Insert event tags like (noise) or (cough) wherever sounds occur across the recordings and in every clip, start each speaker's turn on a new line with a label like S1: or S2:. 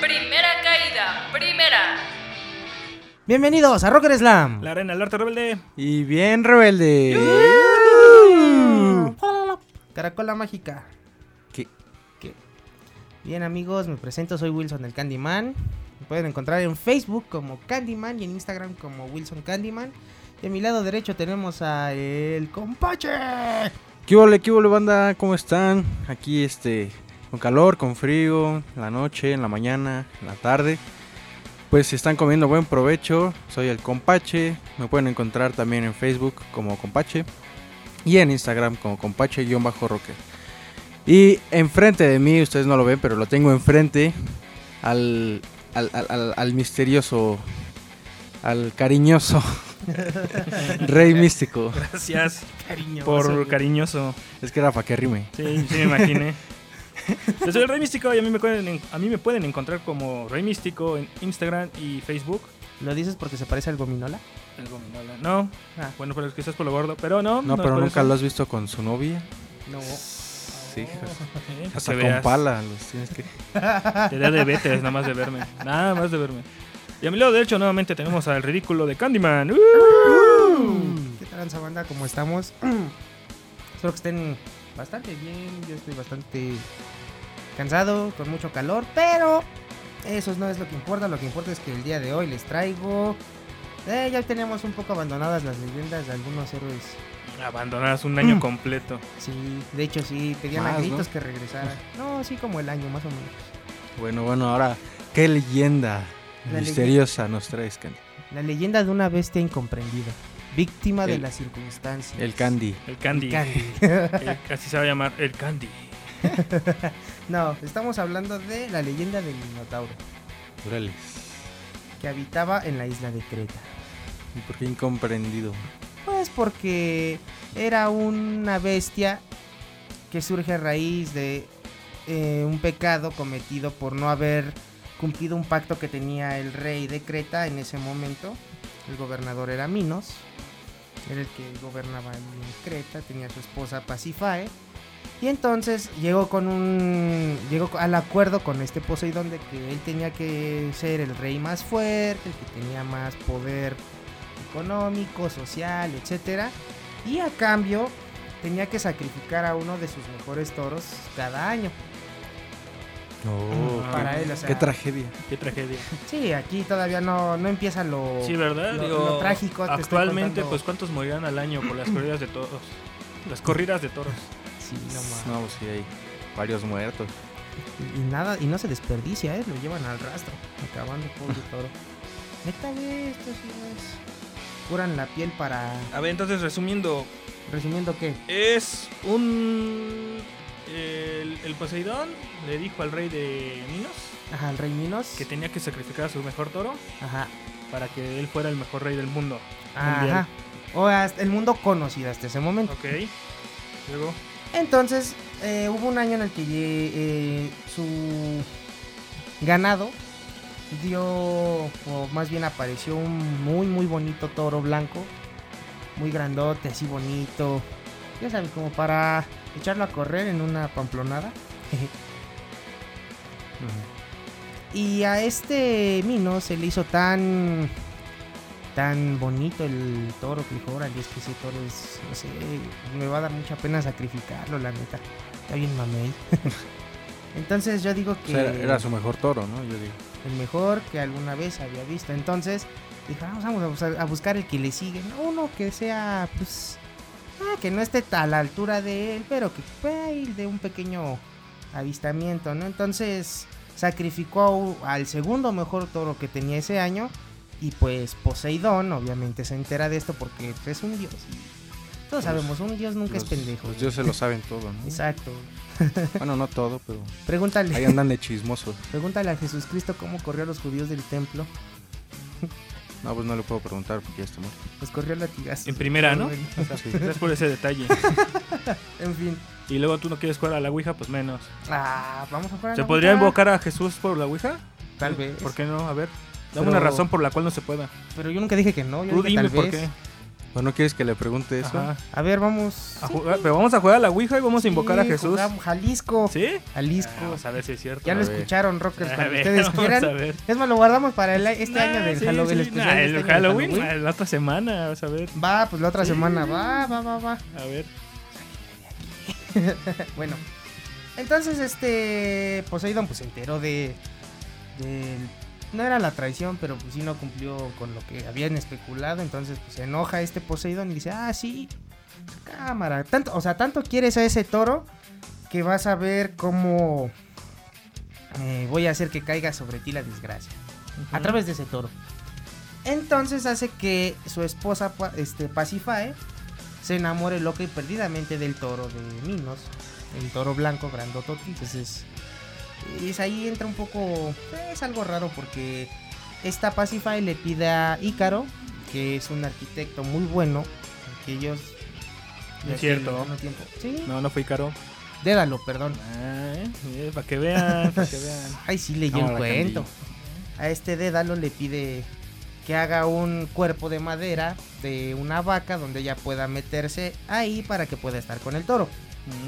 S1: Primera caída, primera.
S2: Bienvenidos a Rocker Slam.
S3: La arena del arte rebelde.
S2: Y bien rebelde.
S4: Caracola mágica.
S2: ¿Qué? ¿Qué?
S4: Bien amigos, me presento, soy Wilson el Candyman. Me pueden encontrar en Facebook como Candyman y en Instagram como Wilson Candyman. De mi lado derecho tenemos a el compache.
S2: ¿Qué hubo, qué hubo, banda? ¿Cómo están? Aquí, este, con calor, con frío, en la noche, en la mañana, en la tarde. Pues si están comiendo buen provecho, soy el Compache. Me pueden encontrar también en Facebook como Compache y en Instagram como Compache-Rocker. Y enfrente de mí, ustedes no lo ven, pero lo tengo enfrente al, al, al- al- al misterioso, al cariñoso (laughs) Rey Místico.
S3: Gracias.
S4: Cariñoso,
S3: Por
S4: güey.
S3: cariñoso.
S2: Es que era para que rime.
S3: Sí, sí me imaginé. Yo soy el Rey Místico y a mí, me pueden, a mí me pueden encontrar como Rey Místico en Instagram y Facebook.
S4: ¿Lo dices porque se parece al gominola?
S3: El gominola. No,
S4: Ah.
S3: bueno, pero quizás por lo gordo, pero no.
S2: No, pero
S3: por
S2: nunca
S3: eso.
S2: lo has visto con su novia.
S4: No.
S2: Sí,
S3: Eh,
S2: hasta
S3: que
S2: con
S3: veas.
S2: pala los tienes que.
S3: Te da diabetes, nada más de verme. Nada más de verme. Y a mi lado derecho nuevamente tenemos al ridículo de Candyman. ¡Uh!
S4: ¿Qué tranza banda? ¿Cómo estamos? Espero que estén bastante bien. Yo estoy bastante cansado, con mucho calor, pero eso no es lo que importa. Lo que importa es que el día de hoy les traigo. Eh, ya tenemos un poco abandonadas las leyendas de algunos héroes.
S3: Abandonadas un año completo.
S4: Sí, de hecho sí, pedían a
S2: Más, ¿no?
S4: gritos que regresaran. No, sí, como el año más o menos.
S2: Bueno, bueno, ahora, ¿qué leyenda
S4: La
S2: misteriosa nos traes, Candy?
S4: La leyenda de una bestia incomprendida, víctima de
S2: El-
S4: las circunstancias.
S2: El Candy.
S3: El Candy.
S4: Candy.
S3: El- así se va a llamar, el Candy.
S4: no, estamos hablando de la leyenda del Minotauro.
S2: Órale.
S4: que habitaba en la isla de Creta.
S2: ¿Y por qué incomprendido?
S4: Pues porque era una bestia que surge a raíz de eh, un pecado cometido por no haber cumplido un pacto que tenía el rey de Creta en ese momento. El gobernador era Minos, era el que gobernaba ahí en Creta, tenía a su esposa Pasifae. Y entonces llegó con un llegó al acuerdo con este Poseidón de que él tenía que ser el rey más fuerte, el que tenía más poder económico, social, etcétera, y a cambio tenía que sacrificar a uno de sus mejores toros cada año.
S2: No.
S4: Para él, o sea-
S2: Qué tragedia.
S3: Qué tragedia.
S4: Sí, aquí todavía no, no empieza lo,
S3: Sí, ¿verdad?
S4: lo-
S3: Digo,
S4: lo trágico. te estoy
S3: Actualmente,
S4: contando.
S3: pues, ¿cuántos morirán al año por las corridas de toros? Las corridas de toros.
S4: Sí, no más.
S2: No, sí, hay varios muertos.
S4: Y, y nada, y no se desperdicia, ¿eh? Lo llevan al rastro, acabando pobre toro. Neta, güey, estos sí, güey, Curan la piel para...
S3: A ver, entonces, resumiendo,
S4: ¿Resumiendo qué?
S3: Es un... El, el Poseidón le dijo al rey de Minos.
S4: Ajá, al rey Minos.
S3: Que tenía que sacrificar a su mejor toro.
S4: Ajá.
S3: Para que él fuera el mejor rey del mundo.
S4: Ajá. O hasta el mundo conocido hasta ese momento.
S3: Ok. Luego.
S4: Entonces, eh, hubo un año en el que eh, su ganado dio, o más bien apareció un muy, muy bonito toro blanco. Muy grandote, así bonito. Ya sabes, como para echarlo a correr en una
S2: (laughs)
S4: pamplonada. y a este Mino se le hizo tan tan bonito el toro que dijo, órale, es que ese toro es, no sé, me va a dar mucha pena sacrificarlo, la neta. Está bien mamey. (laughs) Entonces yo digo que...
S2: O sea, era su mejor toro, ¿no? Yo digo.
S4: El mejor que alguna vez había visto. Entonces dije, vamos, vamos a, buscar, a buscar el que le sigue. Uno que sea, pues... Ah, que no esté a la altura de él, pero que fue de un pequeño avistamiento, ¿no? Entonces sacrificó al segundo mejor toro que tenía ese año. Y pues Poseidón obviamente se entera de esto porque pues, es un dios. Y todos sabemos, un dios nunca
S2: Los-
S4: es pendejo.
S2: Los dioses lo saben todo,
S4: (laughs)
S2: ¿no?
S4: Exacto.
S2: Bueno, no todo, pero.
S4: Pregúntale.
S2: Ahí andan de chismoso.
S4: Pregúntale a Jesucristo cómo corrió a los judíos del templo.
S2: No, pues no le puedo preguntar porque ya está muerto.
S4: Pues corrió a latigazos.
S3: En primera, ¿no? O sea,
S2: Sí.
S3: gracias por ese detalle.
S4: en fin.
S3: Y luego tú no quieres jugar a la Ouija, pues menos.
S4: Ah, vamos a jugar.
S3: ¿Se podría invocar a Jesús por la Ouija?
S4: Tal vez.
S3: ¿Por qué no? A ver. Dame
S4: Pero-
S3: una razón por la cual no se pueda.
S4: Pero yo nunca dije que no. Yo
S3: Tú
S4: dije
S3: dime
S4: tal
S3: por
S4: vez.
S3: qué.
S2: Bueno, ¿no quieres que le pregunte eso?
S3: Ajá.
S4: A ver, vamos.
S3: A jugar- pero vamos a jugar a la Ouija y vamos a invocar a
S4: Sí,
S3: Jesús.
S4: jugamos Jalisco.
S3: ¿Sí?
S4: Jalisco.
S3: Ah, vamos a ver si es cierto.
S4: Ya
S3: A
S4: lo
S3: ver.
S4: escucharon, rockers,
S3: A
S4: cuando
S3: ver,
S4: ustedes
S3: (laughs) vamos
S4: quieran.
S3: a ver.
S4: Es más, lo guardamos para el- este
S3: Nah,
S4: año del
S3: sí,
S4: Halloween.
S3: sí,
S4: el especial
S3: nah,
S4: de
S3: el
S4: este año del
S3: Halloween,
S4: Halloween.
S3: la otra semana, vas a ver.
S4: Va, pues la otra
S3: Sí.
S4: semana. Va, va, va, va.
S3: A ver.
S4: bueno, entonces este Poseidón pues se enteró de, de- No era la traición, pero pues sí no cumplió con lo que habían especulado. Entonces pues se enoja este Poseidón y dice, ah, sí, cámara. Tanto, o sea, tanto quieres a ese toro que vas a ver cómo eh, voy a hacer que caiga sobre ti la desgracia. A través de ese toro. Entonces hace que su esposa, pa- este, Pasifae, se enamore loca y perdidamente del toro de Minos, el toro blanco grandototi. Entonces, es ahí entra un poco, es algo raro porque esta Pacify le pide a Ícaro, que es un arquitecto muy bueno, que ellos...
S3: No es cierto.
S4: No, tiempo. Sí,
S3: No, no fui caro.
S4: Dédalo, perdón.
S3: para que vean, para
S4: (laughs)
S3: que vean.
S4: Ay, sí, leí
S3: Ahora,
S4: el cuento.
S3: Candy.
S4: A este Dédalo le pide que haga un cuerpo de madera de una vaca donde ella pueda meterse ahí para que pueda estar con el toro.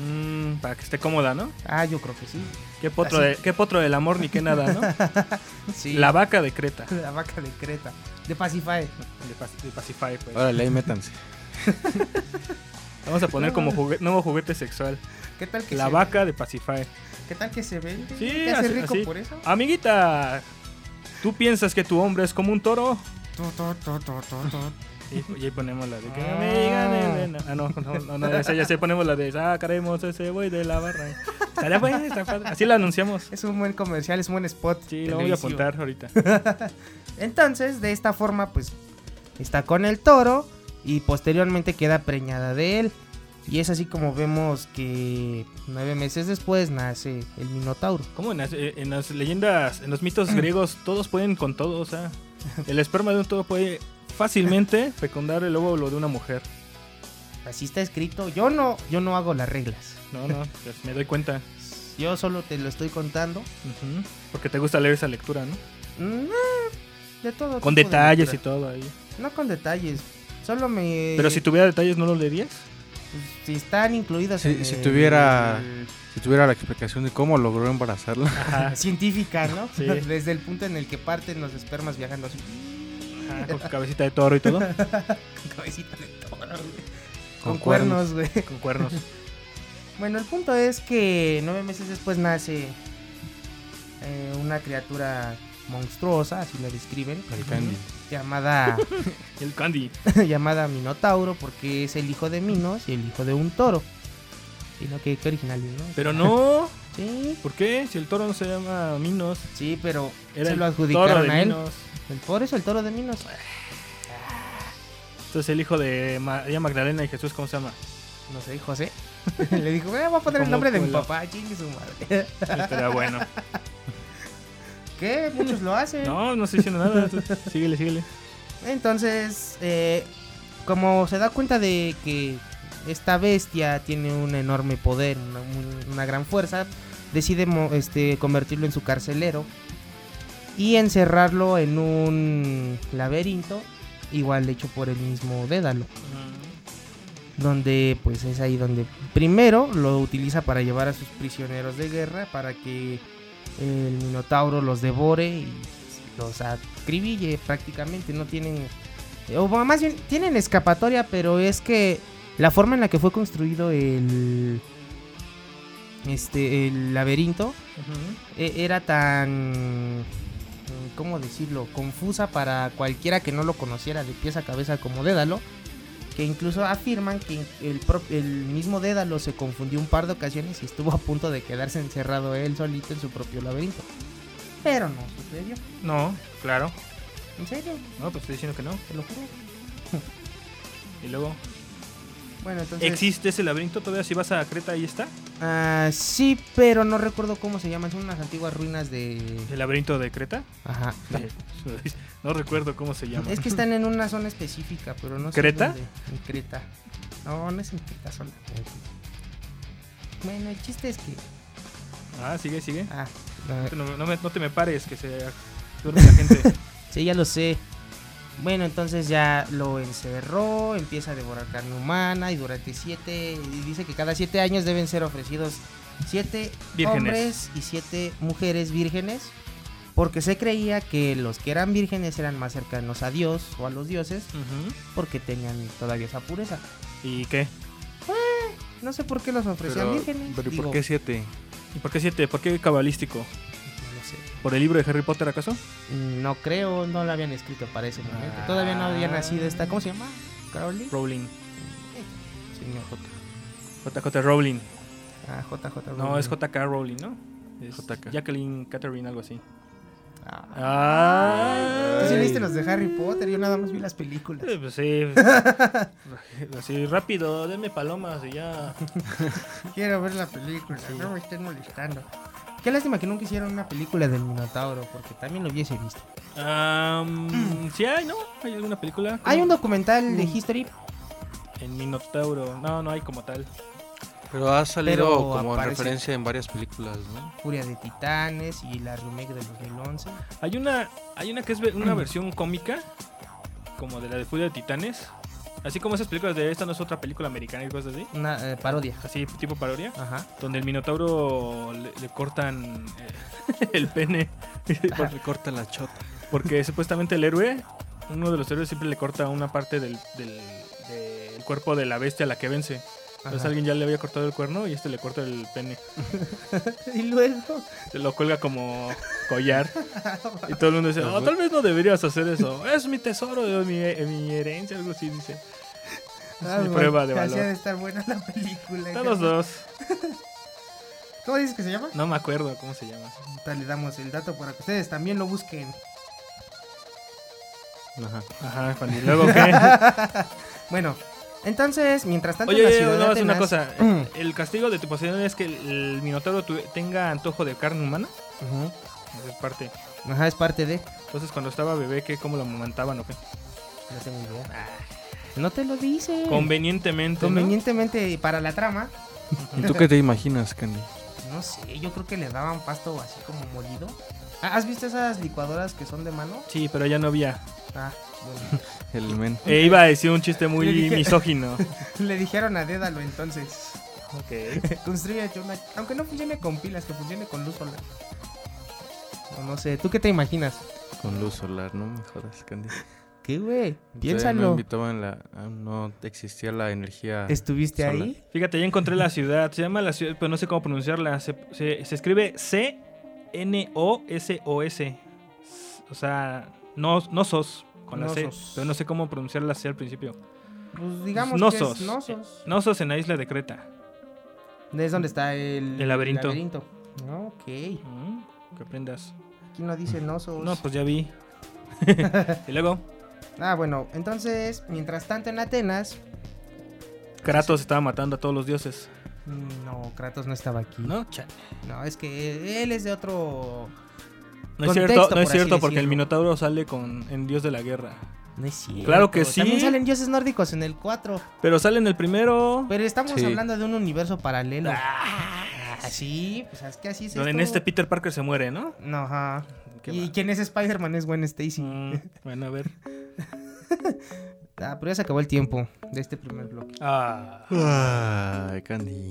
S3: Mm, para que esté cómoda, ¿no?
S4: Ah, yo creo que sí.
S3: Qué potro,
S4: Así.
S3: de- qué potro del amor ni qué nada, ¿no?
S4: (laughs) Sí.
S3: La vaca de Creta.
S4: (laughs) La vaca de Creta. De Pacifae.
S3: De, Pas- de Pacify, pues.
S2: Órale, ahí métanse.
S3: Vamos a poner como jugue- nuevo juguete sexual.
S4: ¿Qué tal que
S3: La
S4: se
S3: vaca de Pacify.
S4: ¿Qué tal que se vende?
S3: Sí,
S4: ¿Te hace
S3: así-
S4: rico
S3: así. Ah.
S4: por eso?
S3: Amiguita, ¿tú piensas que tu hombre es como un toro?
S4: Tu, tu, tu, tu, tu, tu.
S3: Y, y ahí ponemos la de que
S4: Ah.
S3: me digan el de- Ah, no, no, no, no, esa ya se ponemos la de sacaremos ese güey de la barra. Estaría bueno, está padre. Así la anunciamos.
S4: Es un buen comercial, es un buen spot.
S3: Sí, lo voy a
S4: televisivo.
S3: apuntar ahorita.
S4: Entonces, de esta forma, pues está con el toro y posteriormente queda preñada de él. Y es así como vemos que nueve meses después nace el Minotauro.
S3: ¿Cómo en las, eh, en las leyendas, en los mitos griegos, todos pueden con todo? O sea, el esperma de un toro puede fácilmente fecundar el óvulo de una mujer.
S4: Así está escrito. Yo no, yo no hago las reglas.
S3: No, no, pues me doy cuenta.
S4: Yo solo te lo estoy contando.
S3: Ujú. Porque te gusta leer esa lectura, ¿no?
S4: Mm, De todo.
S3: Con
S4: tipo de
S3: detalles y
S4: lectura.
S3: todo ahí.
S4: No con detalles. Solo me. pues,
S3: Pero si tuviera detalles, ¿no los leerías?
S4: Si están incluidas
S2: Si,
S4: en
S2: si
S4: el-
S2: tuviera. Si tuviera la explicación de cómo logró embarazarla.
S4: Científica, ¿no?
S3: Sí.
S4: Desde el punto en el que parten los espermas viajando así. (laughs)
S3: Ah, con cabecita de toro y todo.
S4: Con cabecita de toro, güey.
S2: Con
S4: Con, cuernos, güey.
S3: Con cuernos.
S4: (laughs) Bueno, el punto es que nueve meses después nace eh, una criatura monstruosa, así la describen.
S2: El Candy.
S4: Llamada, (laughs)
S3: El candy.
S4: llamada Minotauro, porque es el hijo de Minos y el hijo de un toro. Y no, que, original, ¿no?
S3: Pero no.
S4: Sí,
S3: ¿Por qué? Si el toro no se llama Minos.
S4: sí, pero
S3: Era
S4: se
S3: el
S4: lo
S3: toro
S4: adjudicaron
S3: de
S4: a él.
S3: Minos.
S4: El- Por eso el toro de Minos.
S3: Entonces el hijo de María Magdalena y Jesús, ¿cómo se llama?
S4: No sé, José. (laughs) Le dijo, eh, voy a poner el nombre de mi papá, chingue su madre. (laughs)
S3: Estaría bueno.
S4: ¿Qué? Muchos lo hacen.
S3: No, no estoy diciendo nada. síguele, síguele.
S4: Entonces, eh, como se da cuenta de que esta bestia tiene un enorme poder, una, un- una gran fuerza, decide mo- este, convertirlo en su carcelero y encerrarlo en un laberinto, igual hecho por el mismo Dédalo. Donde, pues es ahí donde primero lo utiliza para llevar a sus prisioneros de guerra para que el Minotauro los devore y los acribille prácticamente. No tienen. O más bien, tienen escapatoria, pero es que la forma en la que fue construido el. Este, el laberinto e- era tan. ¿Cómo decirlo? Confusa para cualquiera que no lo conociera de pies a cabeza como Dédalo. Que incluso afirman que el, pro- el mismo Dédalo se confundió un par de ocasiones y estuvo a punto de quedarse encerrado él solito en su propio laberinto. Pero no sucedió.
S3: No, claro.
S4: ¿En serio?
S3: No, pues estoy diciendo que no.
S4: Te lo juro.
S3: Y luego,
S4: Bueno, entonces.
S3: ¿existe ese laberinto todavía? Si vas a Creta, ahí está.
S4: Ah, sí, pero no recuerdo cómo se llaman. Son unas antiguas ruinas de.
S3: ¿El laberinto de Creta?
S4: Ajá.
S3: no recuerdo cómo se llama.
S4: Es que están en una zona específica, pero no sé.
S3: ¿Creta?
S4: dónde. En Creta. No, no es en Creta sola. Bueno, el chiste es que.
S3: Ah, sigue, sigue.
S4: Ah,
S3: no, no me- no te me pares, que se duerme
S4: (laughs)
S3: la gente.
S4: Sí, ya lo sé. Bueno, entonces ya lo encerró, empieza a devorar carne humana y durante siete, y dice que cada siete años deben ser ofrecidos siete
S3: Vírgenes.
S4: hombres y siete mujeres vírgenes, porque se creía que los que eran vírgenes eran más cercanos a Dios o a los dioses, porque tenían todavía esa pureza.
S3: ¿Y qué?
S4: No sé por qué los ofrecían ¿eh? vírgenes.
S2: ¿y por
S4: Digo,
S2: qué siete?
S3: ¿Y por qué siete? ¿Por qué cabalístico? ¿Por el libro de Harry Potter acaso?
S4: Mm, No creo, no la habían escrito para ese momento. Todavía no había nacido esta, ¿cómo se llama? Crowley.
S3: Rowling.
S4: Señor J.
S3: JJ Rowling.
S4: Ah, JJ Rowling.
S3: No, es JK Rowling, ¿no? Es
S2: JK.
S3: Jacqueline Catherine, algo así.
S4: Ah. ¿Tú sí
S3: Ay.
S4: viste los de Harry Potter? Yo nada más vi las películas.
S3: (laughs) Eh, pues sí.
S4: (laughs)
S3: Así rápido, denme palomas y ya.
S4: Quiero ver la película, no me estén molestando. Qué lástima que nunca hicieron una película del Minotauro, porque también lo hubiese visto.
S3: Am, sí hay, ¿no? ¿Hay alguna película?
S4: Hay un documental de History,
S3: El Minotauro. No, no hay como tal.
S2: Pero ha salido
S4: Pero
S2: como
S4: aparece.
S2: referencia en varias películas, ¿no?
S4: Furia de Titanes y la remake del 2011.
S3: Hay una, hay una que es ve- una
S4: Mm.
S3: versión cómica, como de la de Furia de Titanes. Así como esas películas de esta no es otra película americana y cosas así.
S4: Una eh, parodia.
S3: Así, tipo parodia.
S4: Ajá.
S3: Donde el Minotauro le, le cortan eh, (laughs) el pene. (laughs) Por-
S2: Le corta la chota.
S3: porque supuestamente el héroe, uno de los héroes siempre le corta una parte del, del- del cuerpo de la bestia a la que vence. Entonces
S4: Ajá.
S3: Pues alguien ya le había cortado el cuerno y este le corta el pene.
S4: (laughs) y luego.
S3: Se lo cuelga como collar. Y todo el mundo dice, "Oh, tal vez no deberías hacer eso. Es mi tesoro, es mi, eh, mi herencia, algo así dice. Es
S4: Ah,
S3: mi
S4: bueno,
S3: prueba de
S4: que hacía de
S3: valor.
S4: estar buena la película.
S3: Están los dos.
S4: ¿Cómo dices que se llama?
S3: No me acuerdo cómo se llama.
S4: Ahorita Le damos el dato para que ustedes también lo busquen.
S2: Ajá.
S3: Ajá, Juan, ¿y luego qué?
S4: bueno, entonces, mientras tanto, en
S3: Oye,
S4: la
S3: oye,
S4: ciudad de Mm.
S3: no, es una
S4: Atenas-
S3: cosa. El castigo de tu posesión es que el minotauro tu- tenga antojo de carne humana.
S4: Ujú.
S3: Esa es parte.
S4: Ajá, es parte de.
S3: Entonces, cuando estaba bebé, ¿qué, ¿cómo lo amamantaban o qué?
S4: No tengo idea. Ah, No te lo dice.
S3: Convenientemente. ¿no?
S4: Convenientemente para la
S3: (laughs)
S4: trama.
S2: ¿Y tú qué te imaginas, Candy?
S4: (laughs) No sé, yo creo que le daban pasto así como molido. Ah, ¿Has visto esas licuadoras que son de mano?
S3: Sí, pero ya no había.
S4: Ah, bueno.
S2: El men.
S3: Eh, iba a decir un
S4: (laughs)
S3: chiste
S4: Le
S3: muy
S4: dije-
S3: misógino.
S4: (laughs) le dijeron a Dédalo entonces.
S3: Ok.
S4: Construyete una. Aunque no funcione con pilas, que funcione con luz solar. O no sé, ¿tú qué te imaginas?
S2: Con luz solar, no me jodas, Candy.
S4: ¿Qué, güey?
S2: Me
S4: Piénsalo.
S2: invitaban la... ah, No existía la energía...
S4: ¿Estuviste
S2: solar.
S4: ahí?
S3: Fíjate, ya encontré la ciudad. Se llama la ciudad, pero no sé cómo pronunciarla. Se, se- se escribe C-N-O-S-O-S. O sea, no, no sos con la C.
S4: Nosos.
S3: Pero no sé cómo pronunciar la C al principio.
S4: Pues digamos que
S3: Nosos.
S4: es Nosos.
S3: Nosos en la isla de Creta.
S4: Es donde está el,
S3: El laberinto.
S4: Ok.
S3: Mm, Que aprendas.
S4: Aquí no dice Nosos. (laughs)
S3: No, pues ya vi. y luego,
S4: Ah, bueno, entonces, mientras tanto en Atenas.
S3: Kratos estaba matando a todos los dioses.
S4: No, Kratos no estaba aquí.
S3: No, Chale.
S4: No, es que él es de otro.
S3: No es
S4: contexto,
S3: cierto, no
S4: por
S3: es
S4: así
S3: cierto porque el
S4: decirlo.
S3: Minotauro sale con en Dios de la Guerra.
S4: No es cierto.
S3: Claro que sí.
S4: También salen dioses nórdicos en el 4.
S3: Pero sale en el primero.
S4: Pero estamos
S3: Sí.
S4: hablando de un universo paralelo. Así, pues es que así es.
S3: Donde en
S4: esto.
S3: este Peter Parker se muere, ¿no?
S4: No, ajá.
S3: Qué Mm,
S4: ¿Y quién es Spider-Man? Es Gwen Stacy.
S3: Bueno, a ver.
S4: ah, pero ya se acabó el tiempo de este primer bloque.
S3: Ah,
S2: Ay, Candy.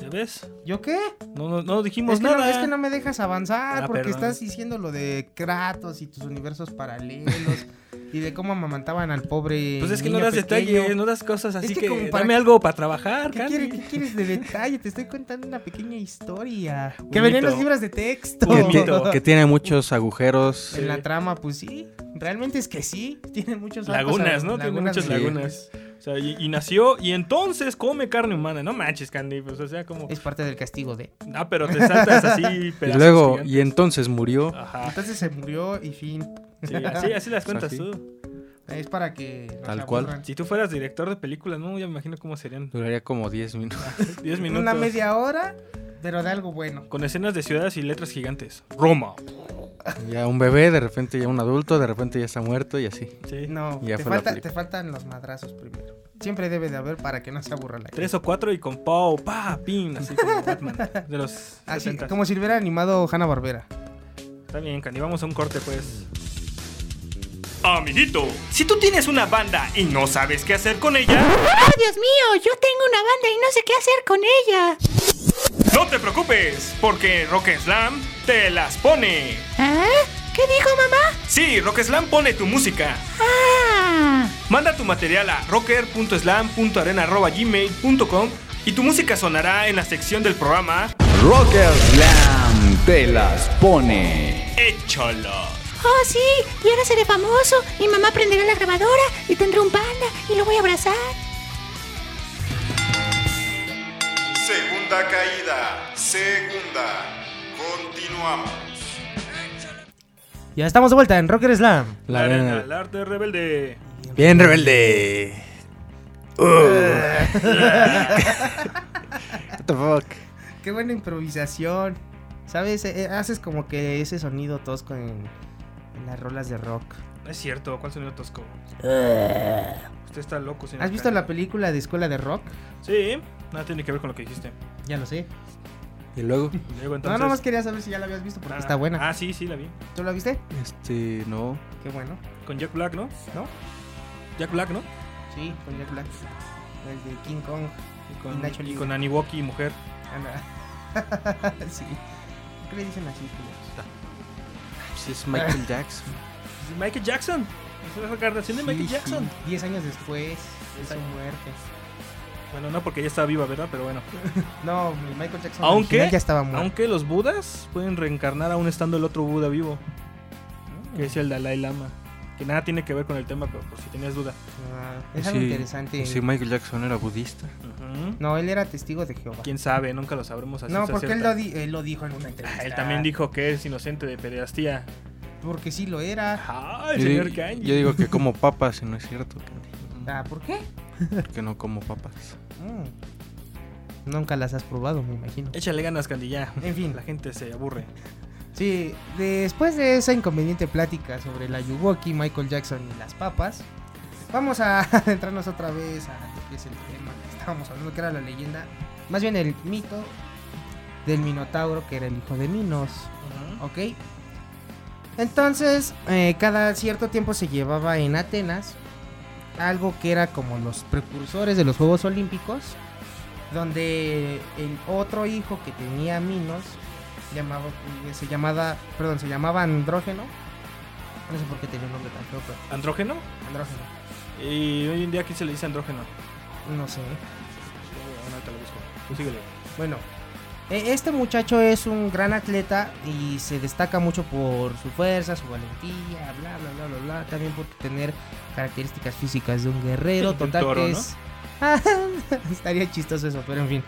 S3: ¿ya ves?
S4: ¿Yo qué?
S3: No, no, no dijimos
S4: es que
S3: Pues nada.
S4: No, es que no me dejas avanzar
S3: Ah,
S4: porque
S3: perdón.
S4: estás diciendo lo de Kratos y tus universos
S3: (laughs)
S4: paralelos y de cómo amamantaban al pobre.
S3: Pues es que no
S4: niño
S3: das
S4: pequeño.
S3: detalles, no das cosas
S4: Es
S3: así
S4: que
S3: que,
S4: como para
S3: dame
S4: qué-
S3: algo para trabajar,
S4: ¿Qué,
S3: Candy.
S4: quiere- qué quieres de detalle? Te estoy contando una pequeña historia. Que
S3: Bonito.
S4: venían los libros de texto. (laughs)
S3: Bonito.
S2: Que tiene muchos agujeros.
S4: En la trama, pues sí. Realmente es que sí. (laughs) Tiene muchos arcos,
S3: Lagunas, ¿no? Tiene muchas
S4: de-
S3: lagunas. O sea, y, y nació y entonces come carne humana. No manches, Candy. Pues, o sea, como.
S4: Es parte del castigo de.
S3: Ah, pero te saltas así.
S2: (laughs) Y
S3: pedazos
S2: luego,
S3: gigantes.
S2: y entonces murió.
S3: Ajá.
S4: Entonces se murió y fin.
S3: Sí, así,
S2: (laughs)
S3: así las cuentas
S2: Así.
S3: tú.
S4: Es para que. nos
S2: Tal cual. Pues,
S4: aburran.
S3: Si tú fueras director de películas, no, ya me imagino cómo serían
S2: Duraría como 10 minutos. (laughs)
S3: 10 minutos.
S4: Una media hora, pero de algo bueno.
S3: Con escenas de ciudades y letras gigantes. Roma.
S2: Ya un bebé, de repente ya un adulto, de repente ya está muerto y así.
S3: Sí.
S4: No,
S2: Ya
S4: te,
S2: fue la
S4: falta-
S2: película.
S4: te faltan los madrazos primero. Siempre debe de haber para que no se aburra la
S3: Tres o cuatro y con Pau, pa, pin, así
S4: (laughs)
S3: como Batman. De los
S4: Así,
S3: 70s.
S4: como si lo hubiera animado Hanna Barbera.
S3: Está bien, Candy, vamos a un corte pues. Amiguito, si tú tienes una banda y no sabes qué hacer con ella,
S5: ¡Ah, Dios mío! Yo tengo una banda y no sé qué hacer con ella.
S3: no te preocupes, porque Rock Slam te las pone.
S5: ¿Ah? ¿Qué dijo mamá?
S3: Sí, Rock Slam pone tu música.
S5: ¡Ah!
S3: Manda tu material a rocker.slam.arena.gmail.com y tu música sonará en la sección del programa
S6: Rocker Slam te las pone.
S3: Échalo.
S5: ¡Oh, sí! Y ahora seré famoso. Mi mamá prenderá la grabadora y tendré un panda y lo voy a abrazar.
S7: Segunda caída, segunda. Continuamos.
S4: Ya estamos de vuelta en Rocker Slam.
S2: La arena.
S3: El arte rebelde.
S2: Bien rebelde. Uh. What the fuck?
S4: Qué buena improvisación. ¿Sabes? Eh, eh, haces como que ese sonido tosco en, en las rolas de rock.
S3: No es cierto, ¿cuál sonido tosco? Usted está loco, señor.
S4: Ah. ¿Has visto la película de Escuela de Rock?
S3: Sí, nada tiene que ver con lo que dijiste.
S4: Ya lo sé.
S2: Y luego,
S3: Luego
S4: No,
S3: entonces.
S4: nomás quería saber si ya la habías visto porque
S3: Ah,
S4: está buena.
S3: Ah, sí, sí, la vi.
S4: ¿Tú la viste?
S2: este, no.
S4: Qué bueno.
S3: Con Jack Black, ¿no?
S4: ¿No?
S3: Jack Black, ¿no?
S4: Sí, con Jack Black. El de King Kong.
S3: Y
S4: Y Nacho
S3: con, y
S4: Libre.
S3: con Aniwoki, mujer.
S4: Ana. (laughs) sí. ¿Por qué le dicen así? culeros?
S2: Pues
S4: Ah,
S2: es Michael Jackson.
S3: Michael Jackson. Es la reencarnación de Michael
S4: Sí,
S3: Jackson.
S4: sí. Diez años después de su muerte.
S3: Bueno, no porque ya está viva, ¿verdad? Pero bueno.
S4: No, mi Michael Jackson
S3: Aunque,
S4: original ya estaba muerto.
S3: aunque los Budas pueden reencarnar aún estando el otro Buda vivo.
S2: Mm.
S3: Que es el Dalai Lama. Que nada tiene que ver con el tema, pero por si tenías duda.
S4: Ah, es algo
S2: Sí,
S4: interesante.
S2: Sí, Michael Jackson era budista.
S3: Ujú.
S4: No, él era testigo de Jehová.
S3: Quién sabe, nunca lo sabremos así.
S4: No, porque él lo, di- Ah, él lo dijo en una entrevista.
S3: Él también
S2: Ah.
S3: dijo que es inocente de pedastía.
S4: Porque sí lo era.
S3: Ay,
S2: Yo
S3: señor
S2: di-
S3: Kanye.
S2: Yo digo que como papas, y no es cierto.
S4: Ah, ¿por qué?
S2: Que no como papas.
S4: Mm. Nunca las has probado, me imagino.
S3: Échale ganas, Candilla.
S4: En fin.
S3: La gente se aburre.
S4: Sí, después de esa inconveniente plática sobre la Yuwoki, Michael Jackson y las papas, vamos a (laughs) adentrarnos otra vez a lo que es el tema que estábamos hablando, que era la leyenda, más bien el mito del Minotauro, que era el hijo de Minos, ¿ok? Entonces, eh, cada cierto tiempo se llevaba en Atenas algo que era como los precursores de los Juegos Olímpicos, donde el otro hijo que tenía Minos llamado, eh, se llamaba, perdón, se llamaba Andrógeno. No sé por qué tenía un nombre tan feo, pero
S3: ¿Andrógeno?
S4: Andrógeno,
S3: Y hoy en día, ¿quién se le dice andrógeno?
S4: no sé.
S3: Ahora te lo busco. Tú síguele.
S4: Bueno, e- este muchacho es un gran atleta y se destaca mucho por su fuerza, su valentía, bla, bla, bla, bla, bla. También por tener características físicas de un guerrero.
S3: De un
S4: Total
S3: toro,
S4: que es... (laughs) Estaría chistoso eso, pero en fin.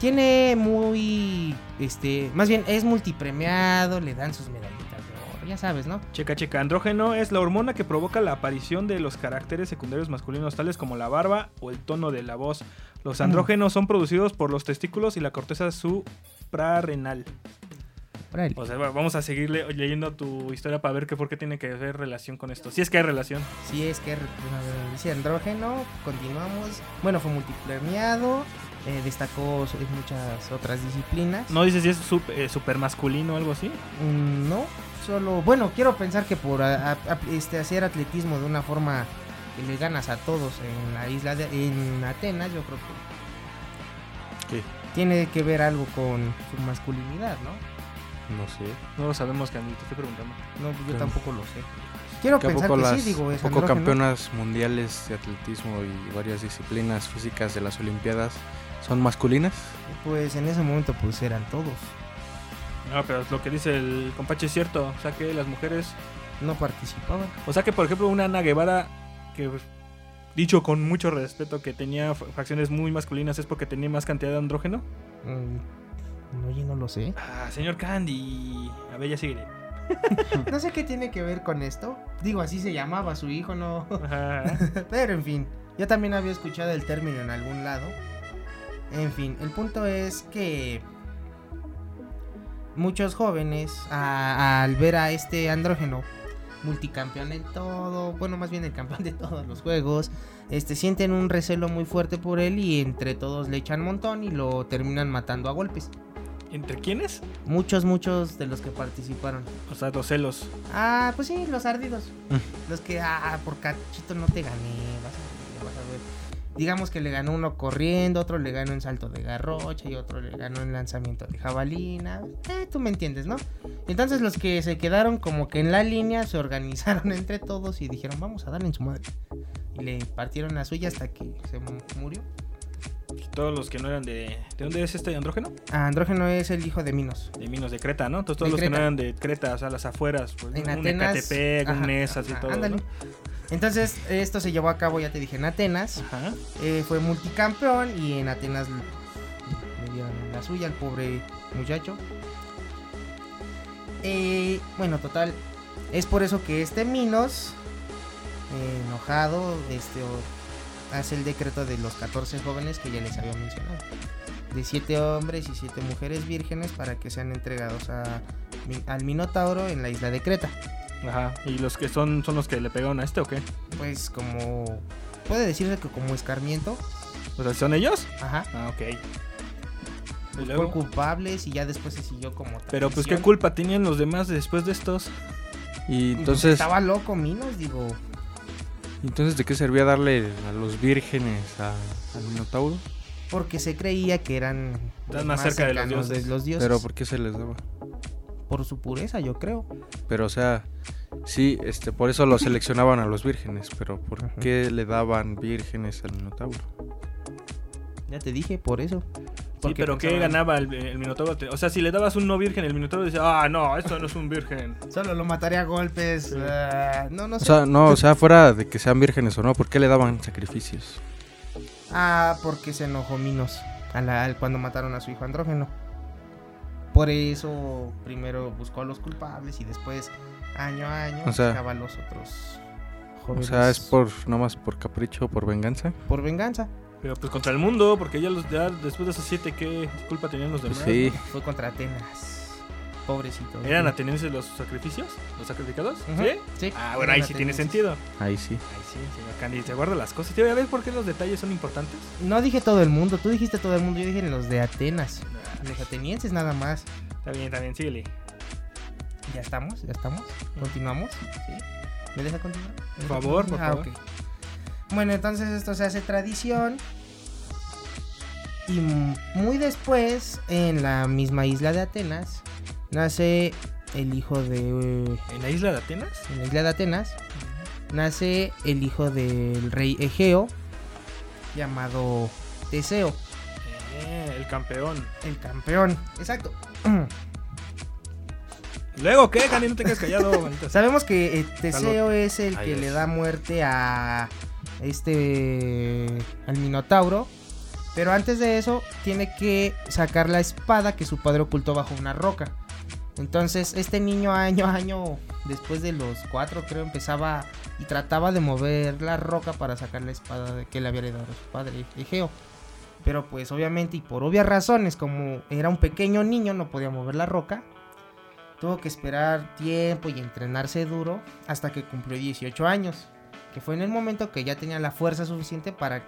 S4: Tiene muy, este, más bien es multipremiado, le dan sus medallitas de oro ya sabes, ¿no?
S3: Checa, checa. Andrógeno es la hormona que provoca la aparición de los caracteres secundarios masculinos, tales como la barba o el tono de la voz. Los andrógenos son producidos por los testículos y la corteza suprarrenal. O sea, va- vamos a seguir le- leyendo tu historia para ver qué por qué tiene que ver relación con esto. Si es que hay relación.
S4: Si es que eh, dice andrógeno, continuamos. Bueno, fue multipremiado, eh, destacó en muchas otras disciplinas.
S3: No dices si es sup- eh, supermasculino o algo así.
S4: Mm, No, solo, bueno, quiero pensar que por a- a- a- este, hacer atletismo de una forma que le ganas a todos en la isla de en Atenas, yo creo que
S2: ¿Qué?
S4: tiene que ver algo con su masculinidad, ¿no?
S2: No sé.
S3: No lo sabemos, Candy, te estoy preguntando.
S4: No, pues yo
S2: Claro.
S4: tampoco lo sé. Quiero
S2: Que a
S4: pensar
S2: poco
S4: que
S2: las
S4: sí, digo, es
S2: poco
S4: andrógeno.
S2: campeonas mundiales de atletismo y varias disciplinas físicas de las Olimpiadas son masculinas.
S4: Pues en ese momento pues eran todos.
S3: No, pero lo que dice el compache es cierto. O sea que las mujeres.
S4: No participaban.
S3: O sea que, por ejemplo, una Ana Guevara, que pues, dicho con mucho respeto, que tenía fa- facciones muy masculinas, es porque tenía más cantidad de andrógeno.
S4: Mm, oye, no lo
S2: (laughs)
S4: sé.
S3: Ah, señor Candy. A ver, ya sigue.
S4: No sé qué tiene que ver con esto. Digo, así se llamaba su hijo, ¿no?
S3: (laughs)
S4: Pero en fin, yo también había escuchado el término en algún lado. En fin, el punto es que muchos jóvenes a- al ver a este andrógeno multicampeón en todo, bueno, más bien el campeón de todos los juegos, este sienten un recelo muy fuerte por él y entre todos le echan montón y lo terminan matando a golpes.
S3: ¿Entre quiénes?
S4: Muchos, muchos de los que participaron.
S3: O sea, los celos.
S4: Ah, pues sí, los ardidos.
S3: Mm.
S4: los que, ah, por cachito no te gané. Vas a ver, vas a ver. Digamos que le ganó uno corriendo, otro le ganó en salto de garrocha y otro le ganó en lanzamiento de jabalina. Eh, tú me entiendes, ¿no? Entonces los que se quedaron como que en la línea se organizaron (laughs) entre todos y dijeron, vamos a darle en su madre. Y le partieron la suya hasta que se mu- murió.
S3: Todos los que no eran de. ¿De dónde es este andrógeno?
S4: Ah, Andrógeno es el hijo de Minos.
S3: De Minos de Creta, ¿no? Entonces todos
S4: De
S3: los que no
S4: Creta.
S3: eran de Creta, o sea, las afueras, pues,
S4: En
S3: un
S4: Atenas.
S3: Ecatepec,
S4: ajá,
S3: un Nesas y
S4: ajá,
S3: todo.
S4: ándale.
S3: ¿no?
S4: Entonces, esto se llevó a cabo, ya te dije, en Atenas. Eh, fue multicampeón y en Atenas le le dieron la suya al pobre muchacho. Eh, bueno, total. Es por eso que este Minos, eh, enojado, este, o- hace el decreto de los 14 jóvenes que ya les había mencionado. De 7 hombres y 7 mujeres vírgenes para que sean entregados a Mi- al Minotauro en la isla de Creta.
S3: Ajá. ¿Y los que son, son los que le pegaron a este o qué?
S4: Pues como... Puede decirse que como escarmiento.
S3: O sea, ¿son ellos?
S4: Ajá.
S3: Ah, ok. ¿Y
S4: Buscó
S3: luego?
S4: culpables y ya después se siguió como...
S3: Pero pues, ¿qué
S4: tradición.
S3: culpa tenían los demás después de estos?
S2: Y
S4: Pues,
S2: entonces,
S4: Estaba loco Minos, digo.
S2: entonces ¿de qué servía darle a los vírgenes a- al Minotauro?
S4: Porque se creía que eran... los
S3: Están más cerca de los
S4: cercanos
S3: dioses.
S2: Pero ¿por qué se les daba?
S4: Por su pureza, yo creo.
S2: Pero o sea, sí, este, por eso los seleccionaban a los vírgenes, pero ¿por qué le daban vírgenes al Minotauro?
S4: Ya te dije, por eso.
S3: Sí,
S4: Porque
S3: pero ¿qué
S4: pensaban-
S3: ganaba el, el Minotauro? O sea, si le dabas un no virgen, el Minotauro decía, ah, no, esto no es un virgen.
S4: Solo lo mataría a golpes. ah, no, no
S2: O
S4: sé.
S2: sea, no, o sea, fuera de que sean vírgenes o no, ¿por qué le daban sacrificios?
S4: Ah, porque se enojó Minos a la- al- cuando mataron a su hijo andrógeno. Por eso primero buscó a los culpables y después, año a año,
S2: O sea-
S4: buscaba a los otros
S2: O
S4: jóvenes.
S2: sea, es por nomás por capricho, por venganza.
S4: Por venganza.
S3: Pero pues contra el mundo, porque ya, los, ya después de esos siete, ¿qué culpa tenían los demás?
S2: Pues sí.
S3: no?
S4: Fue contra Atenas. Pobrecito.
S3: ¿Eran atenienses los sacrificios? ¿Los sacrificados?
S4: Ujú,
S3: ¿Sí?
S4: sí,
S3: Ah, bueno, ahí
S4: eran
S3: sí tiene
S4: atenienses.
S3: sentido.
S2: Ahí sí.
S3: Ahí sí, señor Candy, te guarda las cosas. Te voy a ver por qué los detalles son importantes.
S4: No dije todo el mundo, tú dijiste todo el mundo, yo dije los de Atenas. Los atenienses nada más.
S3: Está bien, está bien, síguele.
S4: ¿Ya estamos? ¿Ya estamos? ¿Continuamos? ¿Sí? ¿Me deja continuar?
S3: Por favor, por
S4: Ah,
S3: favor.
S4: ok. Bueno, entonces esto se hace tradición. Y m- muy después, en la misma isla de Atenas, nace el hijo de... eh,
S3: ¿En la isla de Atenas?
S4: en la isla de Atenas, nace el hijo del rey Egeo, llamado Teseo.
S3: Eh, el campeón.
S4: El campeón. Exacto. (clears throat)
S3: Luego, ¿qué, Candy? No te quedes callado, (laughs) maldita sea.
S4: Sabemos que eh, Teseo
S3: Salud.
S4: es el
S3: Ahí
S4: que
S3: es.
S4: le da muerte a este al Minotauro, pero antes de eso tiene que sacar la espada que su padre ocultó bajo una roca. Entonces, este niño año (laughs) a año, después de los cuatro, creo, empezaba y trataba de mover la roca para sacar la espada de que le había heredado su padre, Egeo. Pero pues obviamente y por obvias razones, como era un pequeño niño, no podía mover la roca. Tuvo que esperar tiempo y entrenarse duro hasta que cumplió 18 años. Que fue en el momento que ya tenía la fuerza suficiente para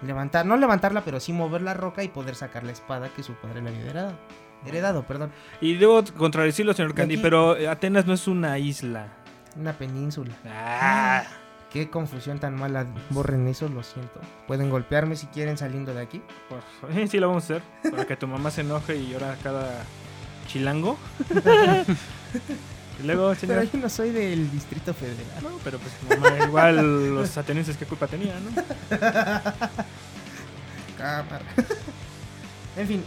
S4: levantar, no levantarla, pero sí mover la roca y poder sacar la espada que su padre le había heredado. Heredado, perdón.
S3: Y debo contradecirlo, señor Candy,
S4: Aquí-
S3: pero eh, Atenas no es una isla.
S4: Una península.
S3: Ah.
S4: Qué confusión tan mala. Borren eso, lo siento. Pueden golpearme si quieren saliendo de aquí.
S3: Por favor. Sí, lo vamos a hacer. Para que tu mamá se enoje y llora cada chilango. (laughs) y luego,
S4: Pero
S3: señor.
S4: yo no soy del Distrito Federal.
S3: No, pero pues tu mamá, igual los atenienses, ¿qué culpa tenían, no?
S4: Cámara. (laughs) en fin.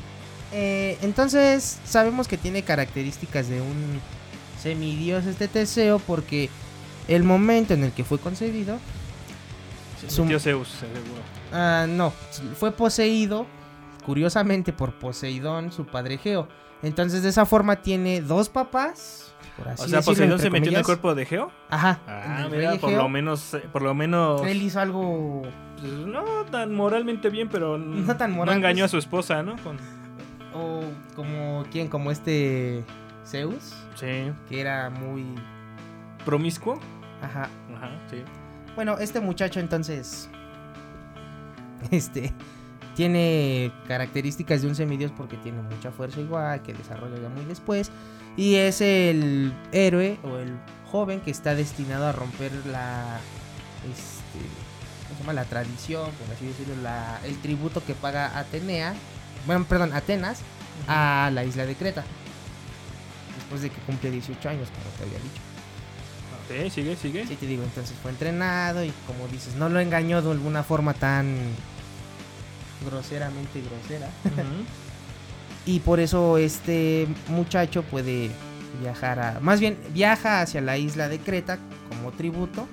S4: eh, entonces, sabemos que tiene características de un semidios este Teseo porque el momento en el que fue concebido, Su-
S3: Su tío Zeus, seguro.
S4: ah, no, fue poseído, curiosamente, por Poseidón, su padre Geo. Entonces, de esa forma tiene dos papás. Por así
S3: o sea,
S4: decirlo,
S3: Poseidón
S4: entre
S3: se metió en el
S4: comillas.
S3: cuerpo de Geo.
S4: Ajá.
S3: Ah,
S4: del
S3: mira,
S4: rey
S3: por
S4: Egeo.
S3: lo menos, eh, por lo menos.
S4: Él hizo algo.
S3: pues, no tan moralmente bien, pero n-
S4: No tan moral,
S3: engañó
S4: pues.
S3: a su esposa, ¿no? Con-
S4: O oh, como. ¿Quién? Como este. Zeus.
S3: Sí.
S4: Que era muy.
S3: Promiscuo.
S4: Ajá.
S3: Ajá, sí.
S4: Bueno, este muchacho entonces. Este. Tiene características de un semidios porque tiene mucha fuerza igual, que desarrolla ya muy después. Y es el héroe o el joven que está destinado a romper la. Este, ¿Cómo se llama? La tradición, por así decirlo, la- el tributo que paga Atenea. Bueno, perdón, Atenas a la isla de Creta. Después de que cumple 18 años, como te había dicho.
S3: Ok, sigue, sigue.
S4: Sí, te digo, entonces fue entrenado y como dices, no lo engañó de alguna forma tan groseramente grosera. y por eso este muchacho puede viajar a... Más bien, viaja hacia la isla de Creta como tributo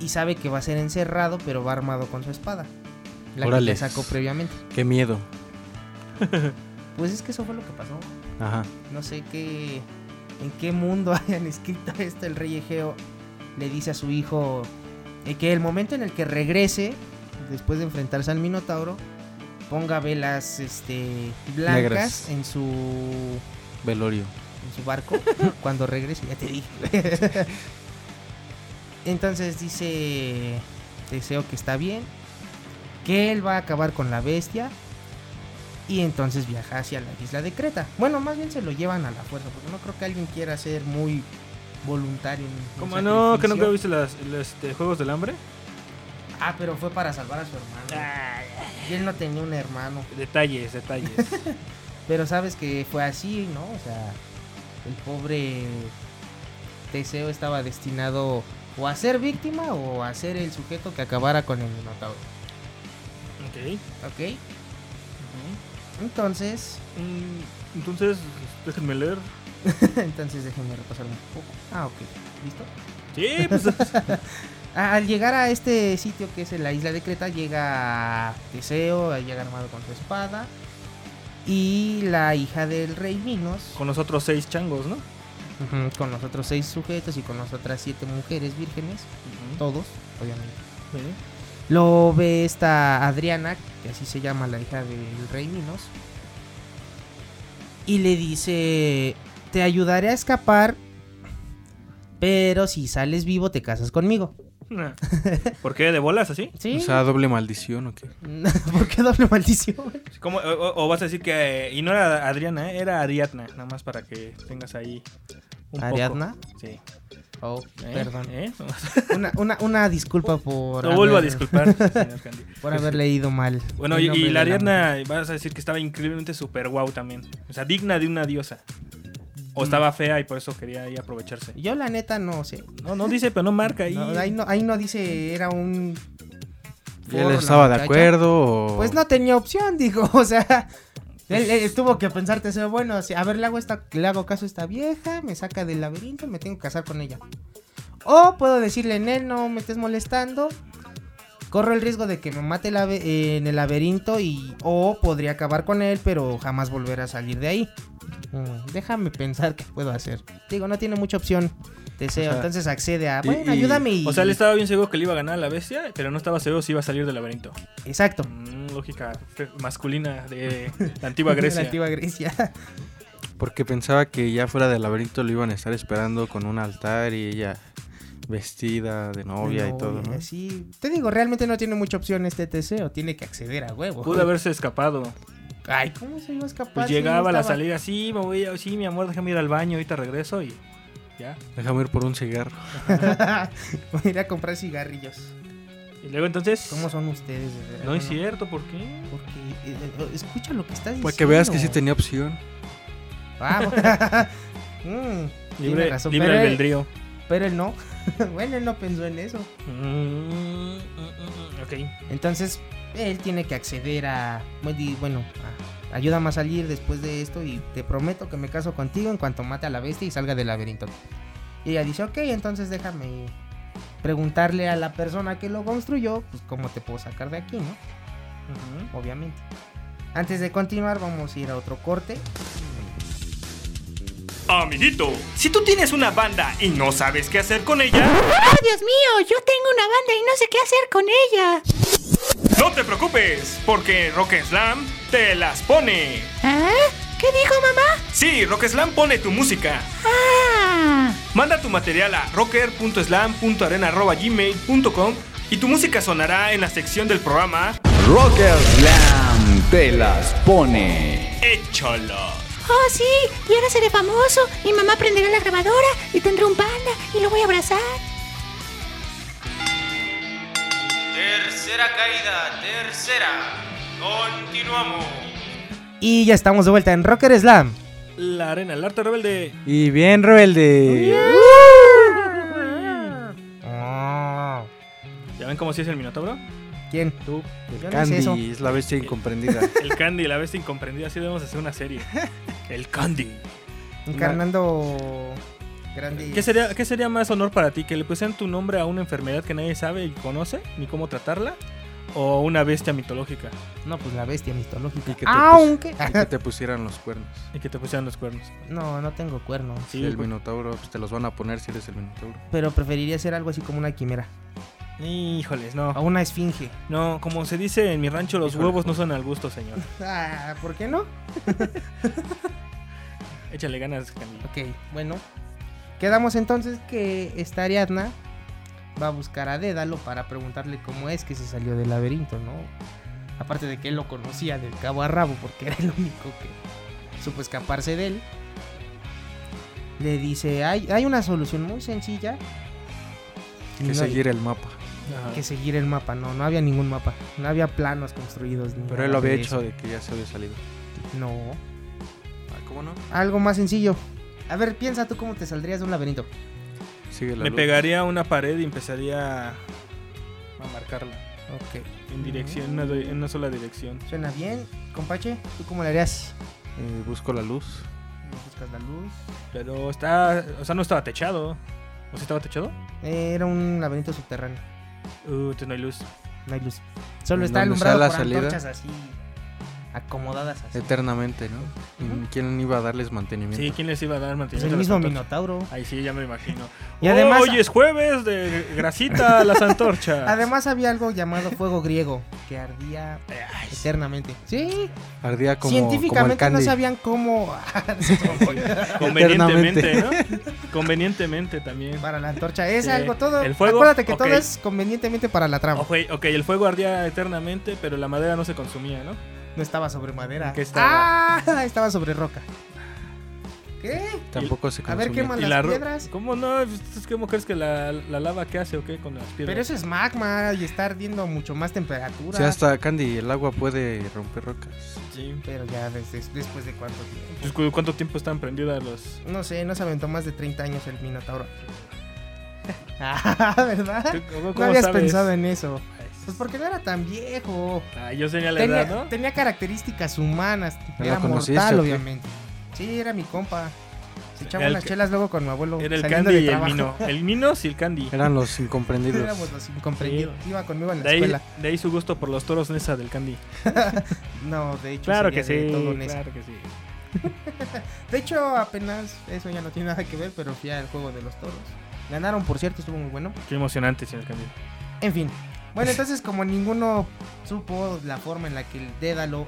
S4: y sabe que va a ser encerrado, pero va armado con su espada. La que
S2: Órale.
S4: le sacó previamente.
S2: Qué miedo.
S4: Pues es que eso fue lo que pasó.
S2: Ajá.
S4: No sé qué. En qué mundo (laughs) hayan escrito esto. El rey Egeo le dice a su hijo eh, que el momento en el que regrese, después de enfrentarse al Minotauro, ponga velas este, blancas
S2: Negras.
S4: en su. en
S2: Velorio.
S4: su barco. cuando regrese, ya te dije. Entonces dice. Deseo que está bien. Que él va a acabar con la bestia. Y entonces viaja hacia la isla de Creta. Bueno, más bien se lo llevan a la fuerza, porque no creo que alguien quiera ser muy voluntario. en un
S3: ¿Cómo no? ¿Que
S4: sacrificio.
S3: nunca viste las, los este, Juegos del Hambre?
S4: Ah, pero fue para salvar a su hermano.
S3: Ah.
S4: Y él no tenía un hermano.
S3: Detalles, detalles. (laughs)
S4: Pero sabes que fue así, ¿no? O sea, el pobre Teseo estaba destinado o a ser víctima o a ser el sujeto que acabara con el Minotauro.
S3: ok.
S4: ¿Ok? Entonces,
S3: Mm, Entonces, déjenme leer.
S4: (coughs) entonces déjenme repasar un poco. Ah, ok. ¿Listo?
S3: Sí, pues. (laughs)
S4: A- Al llegar a este sitio que es en la isla de Creta, llega Teseo, llega armado con su espada. Y la hija del rey Minos,
S3: con los otros seis changos, ¿no?
S4: ujú, con los otros seis sujetos y con las otras siete mujeres vírgenes, todos, obviamente. Lo ve esta Adriana, que así se llama la hija del rey Minos, y le dice, te ayudaré a escapar, pero si sales vivo te casas conmigo.
S3: Nah. ¿Por qué? ¿De bolas así?
S4: Sí.
S2: O sea, doble maldición o qué.
S4: (laughs) ¿Por qué doble
S2: (laughs)
S4: maldición?
S3: ¿Cómo? O, o- o vas a decir que. eh, Y no era Adriana, eh, era Ariadna, nada más para que tengas ahí. Un poco.
S4: ¿Ariadna?
S3: Sí.
S4: Oh,
S3: ¿Eh?
S4: perdón.
S3: ¿Eh?
S4: Una, una- una disculpa por...
S3: Lo vuelvo a
S4: haber-
S3: disculpar,
S4: (laughs)
S3: señor Candy.
S4: por haber leído mal.
S3: Bueno,
S4: el
S3: y,
S4: nombre
S3: y la
S4: de
S3: Ariadna, vas a decir que estaba increíblemente super guau también. O sea, digna de una diosa.
S4: Mm.
S3: O estaba fea y por eso quería ahí aprovecharse.
S4: Yo la neta no sé.
S3: No, no dice, pero no marca ahí.
S4: No, ahí, no, ahí no dice, era un...
S2: ¿Y
S4: forro
S2: él
S4: la
S2: estaba de
S4: muchacha.
S2: acuerdo o...?
S4: Pues no tenía opción, digo, (laughs) o sea...
S3: Pues
S4: Él, él tuvo que pensarte, "Sí, bueno, sí, a ver, le hago, esta, le hago caso a esta vieja, me saca del laberinto, me tengo que casar con ella. O puedo decirle, Nel, no me estés molestando, corro el riesgo de que me mate el ave- eh, en el laberinto y o podría acabar con él, pero jamás volver a salir de ahí. Mm, déjame pensar qué puedo hacer. Digo, no tiene mucha opción. Deseo,
S3: O sea,
S4: entonces accede a,
S3: Y-
S4: bueno,
S3: y-
S4: ayúdame y...
S3: O sea, él estaba bien seguro que le iba a ganar a la bestia, pero no estaba seguro si iba a salir del laberinto.
S4: Exacto.
S3: Mm, lógica fe- masculina
S4: (laughs)
S3: de la antigua Grecia.
S4: La antigua Grecia.
S2: Porque pensaba que ya fuera del laberinto lo iban a estar esperando con un altar y ella vestida de novia y
S4: No,
S2: todo, ¿no?
S4: así. Te digo, realmente no tiene mucha opción este Teseo, tiene que acceder a huevo.
S3: Pudo haberse escapado.
S4: Ay, ¿cómo se iba a escapar?
S3: Pues
S4: si no
S3: llegaba a la
S4: estaba-
S3: salida, sí, me voy, a- sí, mi amor, déjame ir al baño, ahorita regreso y ya.
S2: Déjame ir por un cigarro.
S4: (laughs) Voy a ir a comprar cigarrillos.
S3: Y luego entonces...
S4: ¿Cómo son ustedes? de verdad?
S3: No es
S4: Bueno,
S3: cierto, ¿por qué?
S4: Porque, eh, eh, escucha lo que está diciendo.
S2: Para que veas que sí tenía opción.
S4: Vamos. (laughs) Mm, tiene
S3: Libre-
S4: razón,
S3: libre
S4: pero él-
S3: albedrío.
S4: Pero él no. (laughs) bueno, él no pensó en eso.
S3: Mm,
S4: Entonces, él tiene que acceder a. muy- Bueno, a- ayúdame a salir después de esto y te prometo que me caso contigo en cuanto mate a la bestia y salga del laberinto. Y ella dice: Ok, entonces déjame preguntarle a la persona que lo construyó, pues cómo te puedo sacar de aquí, ¿no? Obviamente. Antes de continuar, vamos a ir a otro corte.
S8: Amiguito, si tú tienes una banda y no sabes qué hacer con ella,
S5: ¡Ah, Dios mío! Yo tengo una banda y no sé qué hacer con ella.
S8: no te preocupes, porque Rock Slam te las pone.
S5: ¿Ah? ¿Qué dijo mamá?
S8: Sí, Rock Slam pone tu música.
S5: ¡Ah!
S8: Manda tu material a rocker.slam.arena.gmail.com y tu música sonará en la sección del programa
S6: Rocker Slam te las pone.
S8: Échalo.
S5: ¡Oh, sí! Y ahora seré famoso. Mi mamá prenderá la grabadora y tendré un panda y lo voy a abrazar.
S9: Tercera caída, tercera. Continuamos.
S4: Y ya estamos de vuelta en Rocker Slam.
S3: La arena, el arte rebelde.
S2: Y bien, rebelde.
S3: ¿Ya ven cómo si es el minotauro?
S4: Oh, ¿Quién?
S2: Tú.
S3: Yo no
S2: Candy
S3: sé eso.
S2: es la bestia (laughs) incomprendida.
S3: El Candy, la bestia incomprendida, así debemos hacer
S8: (laughs)
S3: una serie. El Candy.
S4: Encarnando. Grande.
S3: ¿Qué sería, ¿Qué sería más honor para ti? ¿Que le pusieran tu nombre a una enfermedad que nadie sabe y conoce, ni cómo tratarla? ¿O una bestia mitológica?
S4: No, pues la bestia mitológica.
S2: que
S4: (laughs)
S2: te
S4: Aunque.
S2: pus- y que te pusieran los cuernos.
S3: Y que te pusieran los cuernos.
S4: No, no tengo cuernos.
S2: Sí, el minotauro, pues te los van a poner si eres el minotauro.
S4: Pero preferiría ser algo así como una quimera.
S3: Híjoles, no.
S4: A una esfinge.
S3: No, como se dice en mi rancho, los
S4: Híjole,
S3: huevos no son al gusto, señor.
S4: Ah, ¿por qué no?
S3: Échale ganas, Candy.
S4: Ok, bueno. Quedamos entonces que esta Ariadna va a buscar a Dédalo para preguntarle cómo es que se salió del laberinto, ¿no? Aparte de que él lo conocía del cabo a rabo porque era el único que supo escaparse de él. Le dice, hay, hay una solución muy sencilla. Y
S2: Que
S4: no hay-
S2: seguir el mapa.
S3: Ajá.
S4: que seguir el mapa, no, no había ningún mapa, no había planos construidos. ni
S2: Pero
S4: nada
S2: él lo había
S4: de
S2: hecho
S4: eso.
S2: de que ya se había salido.
S4: No.
S3: Ah,
S2: ¿Cómo no?
S4: Algo más sencillo. A ver, piensa tú cómo te saldrías de un laberinto.
S2: Sigue la
S3: Me
S2: luz.
S3: pegaría a una pared y empezaría a marcarla.
S4: Ok.
S3: En dirección, en una, do- en una sola dirección.
S4: Suena bien, compache. ¿Tú cómo le harías?
S2: Eh, busco la luz.
S4: Buscas la luz.
S3: Pero está. O sea, no estaba techado. ¿O sí estaba techado?
S4: Eh, Era un laberinto subterráneo.
S3: Uh, entonces no hay luz.
S4: No hay luz. Solo
S2: ¿En
S4: está
S2: dónde está
S4: alumbrado
S2: Pues la
S4: por
S2: salida?
S4: antorchas así acomodadas así.
S2: Eternamente, ¿no? ¿Y ¿Quién iba a darles mantenimiento?
S3: Sí, ¿quién les iba a dar
S4: Pues
S3: mantenimiento?
S4: el
S3: a las
S4: mismo
S3: antorchas?
S4: minotauro.
S3: Ahí sí, ya me imagino.
S4: Y además-
S3: Hoy es jueves de grasita a las
S4: (laughs)
S3: antorchas.
S4: Además había algo llamado fuego (laughs) griego que ardía eternamente. Sí.
S2: Ardía como, como el
S4: Científicamente no
S2: candy.
S4: sabían cómo
S3: Convenientemente, ¿no? Convenientemente también.
S4: para la antorcha. Es
S3: Sí.
S4: algo todo.
S3: El fuego,
S4: Acuérdate que
S3: ok.
S4: todo es convenientemente para la trama.
S3: Ok, ok, el fuego ardía eternamente, pero la madera no se consumía, ¿no?
S4: No estaba sobre madera.
S3: Oh. ¿Qué estaba?
S4: Ah, estaba sobre roca. ¿Qué?
S2: Tampoco se
S4: A ver,
S2: consumía.
S4: quema
S3: Y
S4: las
S3: la ro-
S4: piedras.
S3: ¿Cómo no? Es ¿Cómo crees que la, la lava qué hace o qué con las piedras?
S4: Pero eso es magma y está ardiendo mucho más temperatura.
S2: Sí, hasta Candy, el agua puede romper rocas.
S3: Sí.
S4: Pero ya desde- después de cuánto tiempo.
S3: Pues, ¿cu- ¿Cuánto tiempo están prendidas los...?
S4: No sé, no se aventó más de 30 años el Minotauro. (laughs) ah, ¿verdad?
S3: ¿Tú- cómo-
S4: No
S3: cómo
S4: habías
S3: sabes?
S4: pensado en eso. Pues porque no era tan viejo.
S3: Ah, yo tenía la
S4: Tenía,
S3: edad, ¿no?
S4: tenía características humanas.
S2: ¿No
S4: Era
S2: lo conociste
S4: mortal,
S2: o qué?
S4: obviamente. Sí, era mi compa. Se echaban las chelas luego con mi abuelo.
S3: Era el
S4: saliendo
S3: candy
S4: de
S3: y el
S4: trabajo.
S3: mino. El mino y el candy.
S2: Eran los
S4: (laughs)
S2: incomprendidos.
S4: Éramos los incomprendidos. Iba conmigo en la
S3: de ahí,
S4: escuela.
S3: De ahí su gusto por los toros Nesa del candy.
S4: No, de hecho.
S3: Claro
S4: sería
S3: que
S4: de
S3: sí,
S4: todo en eso.
S3: claro que sí.
S4: De hecho, apenas eso ya no tiene nada que ver, pero fui al juego de los toros. Ganaron, por cierto, estuvo muy bueno.
S3: Qué emocionante, señor Candy.
S4: En fin. Bueno, entonces como ninguno supo la forma en la que el Dédalo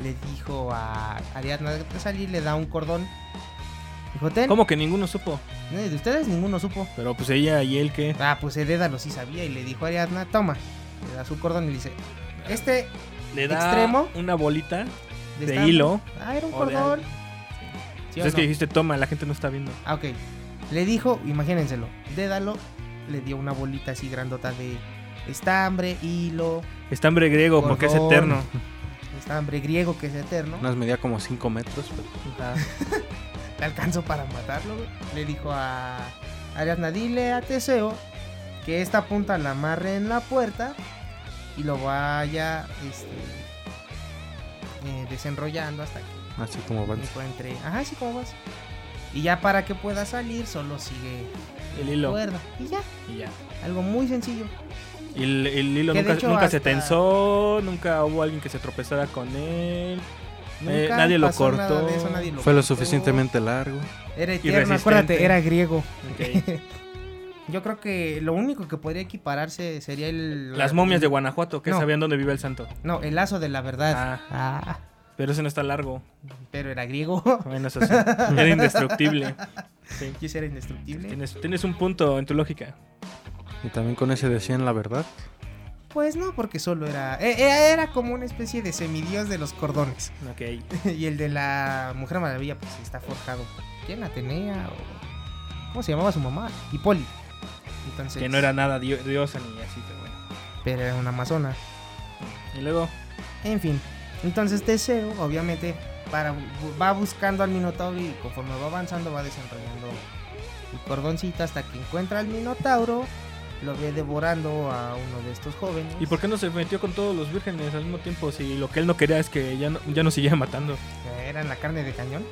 S4: le dijo a Ariadna de salir, le da un cordón. Dijo, ten.
S3: ¿Cómo que ninguno supo?
S4: Eh, De ustedes ninguno supo.
S3: Pero pues ella y él que.
S4: Ah, pues el Dédalo sí sabía y le dijo a Ariadna, toma. Le da su cordón y le dice, este
S3: Le da
S4: extremo
S3: una bolita
S4: de
S3: de,
S4: estambre.
S3: hilo.
S4: Ah, era un
S3: o de
S4: cordón.
S3: algo.
S4: ¿Sí
S3: Pues
S4: o
S3: es
S4: no?
S3: que dijiste, toma, la gente no está viendo.
S4: Ah, ok. Le dijo, imagínenselo, Dédalo le dio una bolita así grandota de estambre, hilo,
S3: Estambre griego, porque es
S4: Cordón.
S3: eterno.
S4: estambre griego que es eterno.
S2: Nos medía como 5 metros. pero-
S4: (laughs) Le alcanzó para matarlo, güey. Le dijo a Ariadna, dile a Teseo que esta punta la amarre en la puerta y lo vaya este, eh, desenrollando hasta que
S2: Así como van.
S4: encuentre. Ajá, sí, como vas. Y ya para que pueda salir, solo sigue
S3: El
S4: la
S3: hilo.
S4: cuerda. Y ya,
S3: Y ya.
S4: algo muy sencillo.
S3: Y el, el hilo
S4: Que de
S3: nunca,
S4: hecho
S3: nunca se
S4: hasta-
S3: tensó, nunca hubo alguien que se tropezara con él. Eh,
S4: Nunca
S3: nadie lo
S4: pasó nada
S3: cortó.
S4: de eso, nadie lo
S2: Fue lo
S4: cortó.
S2: suficientemente largo.
S4: Era
S3: Y
S4: eterno,
S3: resistente.
S4: acuérdate, era griego. (laughs)
S3: Ok.
S4: Yo creo que lo único que podría equipararse sería el...
S3: Las momias de Guanajuato, que
S4: No.
S3: sabían dónde vive el santo.
S4: No, el lazo de la verdad. Ah,
S3: Pero ese no está largo.
S4: pero era griego. (laughs)
S3: Bueno, eso sí. Era indestructible. Sí.
S4: ¿Qué era indestructible?
S3: Tienes, tienes un punto en tu lógica.
S2: Y también con ese decían la verdad.
S4: Pues no, porque solo era. e- e- Era como una especie de semidios de los cordones. (laughs)
S3: Ok.
S4: y el de la Mujer Maravilla, pues está forjado. ¿Quién? ¿Atenea? O... ¿Cómo se llamaba su mamá? Hipólita. Entonces,
S3: Que no era nada dio- diosa ni así, pero bueno.
S4: Pero era una amazona.
S3: Y luego,
S4: En fin. Entonces Teseo, obviamente, para, bu- va buscando al Minotauro y conforme va avanzando va desenrollando el cordoncito hasta que encuentra al Minotauro. Lo ve devorando a uno de estos jóvenes.
S3: ¿y por qué no se metió con todos los vírgenes al mismo tiempo? Si lo que él no quería es que ya no, ya no siguiera matando.
S4: que Eran la carne de cañón.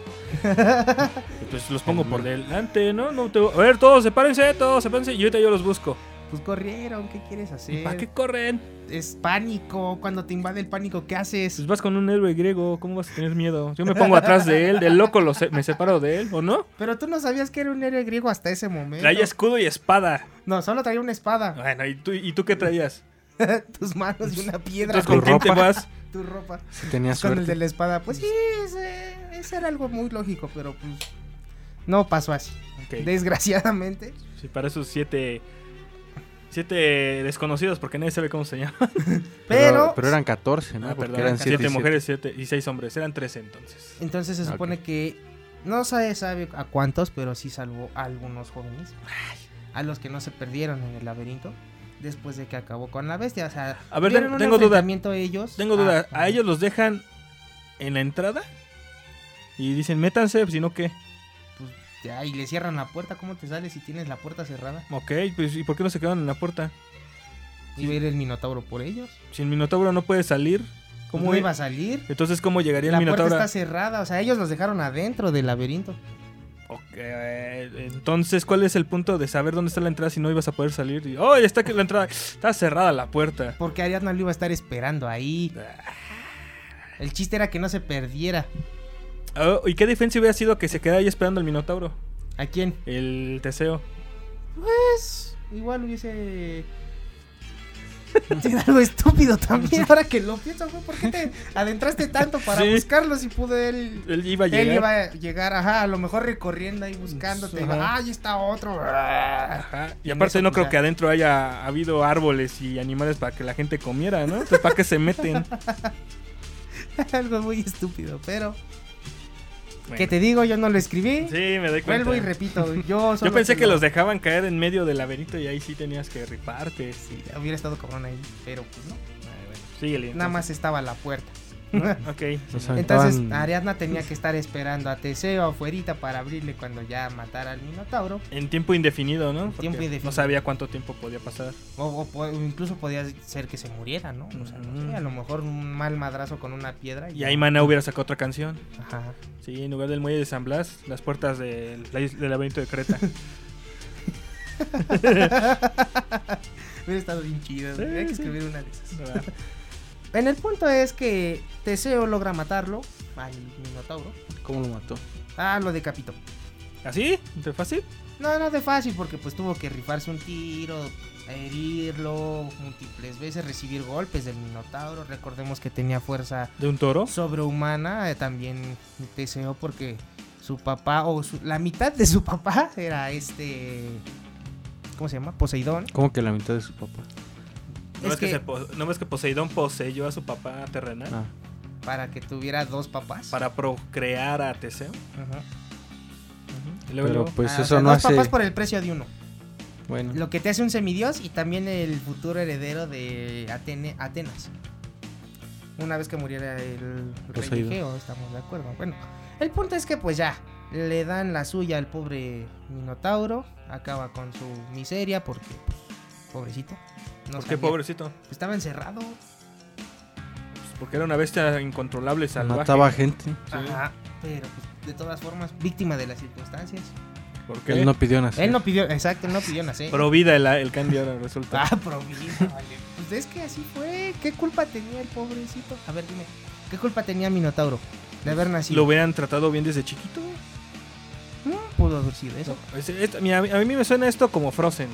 S3: Y pues los pongo por delante, ¿no? no te... A ver, todos sepárense, todos sepárense. Y ahorita yo los busco.
S4: Pues corrieron, ¿qué quieres hacer?
S3: ¿Y para qué corren?
S4: Es pánico, cuando te invade el pánico, ¿qué haces?
S3: Pues vas con un héroe griego, ¿cómo vas a tener miedo? Yo me pongo atrás de él, del loco lo se- me separo de él, ¿o no?
S4: Pero tú no sabías que era un héroe griego hasta ese momento.
S3: Traía escudo y espada.
S4: No, solo traía una espada,
S3: Bueno, ¿y tú, y tú qué traías?
S4: tus manos y una piedra.
S3: Entonces, Pues, ¿con quién te vas?
S4: Tu ropa.
S2: Si tenías
S4: Pues con el
S2: suerte.
S4: de la espada, pues sí, ese, ese era algo muy lógico, pero pues no pasó así.
S3: Ok.
S4: Desgraciadamente.
S3: Sí, para esos siete. Siete desconocidos, porque nadie sabe cómo se llama.
S4: Pero-
S2: pero eran 14, ¿no?
S3: Ah,
S2: Porque
S3: perdón,
S2: eran
S3: siete,
S2: siete y siete.
S3: mujeres siete y seis hombres. Eran trece entonces.
S4: Entonces se
S3: Ah, Ok.
S4: supone que no se sabe a cuántos, pero sí salvó a algunos jóvenes. A los que no se perdieron en el laberinto. Después de que acabó con la bestia. O sea,
S3: A ver,
S4: tuvieron
S3: ten-
S4: un
S3: tengo duda.
S4: enfrentamiento ellos.
S3: Tengo
S4: Ah,
S3: duda.
S4: ajá.
S3: ¿A ellos los dejan en la entrada? Y dicen, métanse, si no, ¿qué?
S4: Ya, y le cierran la puerta. ¿Cómo te sales si tienes la puerta cerrada?
S3: Ok, pues ¿y por qué no se quedan en la puerta?
S4: Iba a ir el Minotauro por ellos.
S3: Si el Minotauro no puede salir, ¿cómo
S4: ¿Cómo
S3: i-
S4: iba a salir?
S3: Entonces, ¿cómo llegaría
S4: La
S3: el
S4: puerta
S3: Minotauro?
S4: está cerrada. O sea, ellos los dejaron adentro del laberinto.
S3: Ok, Entonces, ¿cuál es el punto de saber dónde está la entrada si no ibas a poder salir? Y, ¡Oh, ya está aquí la entrada! Está cerrada la puerta.
S4: Porque Ariadna lo iba a estar esperando ahí. El chiste era que no se perdiera.
S3: Oh, ¿Y qué defensa hubiera sido que se quedara ahí esperando el Minotauro?
S4: ¿A quién?
S3: El Teseo.
S4: Pues igual hubiese sido algo estúpido también. Ahora que lo pienso, güey, ¿por qué te Ah, (laughs) adentraste tanto para
S3: Sí.
S4: buscarlo si pudo él?
S3: Él iba a
S4: Él
S3: llegar.
S4: iba a llegar, ajá, a lo mejor recorriendo ahí buscándote.
S3: Ajá.
S4: Ah, ahí está otro. (laughs)
S3: Ajá. Y
S4: En
S3: aparte
S4: eso,
S3: no
S4: pues,
S3: creo
S4: ya.
S3: que adentro haya habido árboles y animales para que la gente comiera, ¿no? Entonces, ¿para qué se
S4: (laughs)
S3: meten?
S4: algo muy estúpido, pero. ¿Qué
S3: Bueno.
S4: te digo? Yo no lo escribí.
S3: Sí, me doy cuenta.
S4: Vuelvo y repito, yo
S3: (laughs) Yo
S4: solo
S3: pensé
S4: te
S3: que
S4: lo-
S3: los dejaban caer en medio del laberinto y ahí sí tenías que riparte. Sí,
S4: Hubiera estado cabrón ahí, pero pues no.
S3: Síguele.
S4: Nada
S3: entonces.
S4: más estaba la puerta.
S3: (laughs) ok.
S4: Entonces Ariadna tenía que estar esperando a Teseo afuerita para abrirle cuando ya matara al Minotauro.
S3: En tiempo indefinido, ¿no? Porque
S4: tiempo indefinido.
S3: No sabía cuánto tiempo podía pasar.
S4: O, o po- incluso podía ser que se muriera, ¿no? O sea, no sé, a lo mejor un mal madrazo con una piedra.
S3: Mm. Y ahí Maná hubiera sacado otra canción. (laughs)
S4: Ajá.
S3: Sí, en lugar del muelle de San Blas, las puertas del, la is- del laberinto
S4: (laughs)
S3: de Creta.
S4: Hubiera estado bien chido. güey. Hay que escribir una de esas. En el punto es que Teseo logra matarlo al Minotauro.
S2: ¿Cómo lo mató?
S4: Ah, lo decapitó.
S3: ¿Así? ¿De fácil?
S4: No, no de fácil, porque pues tuvo que rifarse un tiro, herirlo múltiples veces, recibir golpes del Minotauro. Recordemos que tenía fuerza
S3: ¿De un toro?
S4: sobrehumana eh, también Teseo, porque su papá, o su- la mitad de su (laughs) papá, era este. ¿Cómo se llama? Poseidón.
S2: ¿Cómo que la mitad de su papá?
S3: ¿No
S4: Es
S3: ves que,
S4: que-
S3: se po- no ves que Poseidón poseyó a su papá terrenal?
S2: Ah.
S4: Para que tuviera dos papás.
S3: Para procrear a Teseo.
S4: Ajá.
S3: Y luego,
S2: Pero,
S3: luego-
S2: pues,
S4: Ah, o
S2: eso
S4: sea,
S2: no
S4: dos
S2: hace-
S4: papás por el precio de uno.
S2: Bueno.
S4: Lo que te hace un semidios y también el futuro heredero de Atene- Atenas. Una vez que muriera el rey
S2: Poseidón.
S4: Egeo, estamos de acuerdo. Bueno, el punto es que pues ya le dan la suya al pobre Minotauro, acaba con su miseria porque pues, pobrecito. No
S3: ¿Por qué
S4: sabía.
S3: pobrecito?
S4: Estaba encerrado.
S3: Pues porque era una bestia incontrolable, salvaje.
S2: Mataba gente.
S4: Ajá, pero pues, de todas formas víctima de las circunstancias.
S3: ¿Por qué?
S2: Él no pidió nacer.
S4: Él no pidió, exacto, él no pidió nacer.
S3: Pro vida el, el Candy ahora resulta.
S4: (laughs) Ah, provisa, vale. Pues es que así fue. ¿Qué culpa tenía el pobrecito? A ver, dime. ¿Qué culpa tenía Minotauro de haber nacido?
S3: Lo hubieran tratado bien desde chiquito.
S4: No pudo haber sido eso.
S3: Es- es- mira, a mí- a mí me suena esto como Frozen.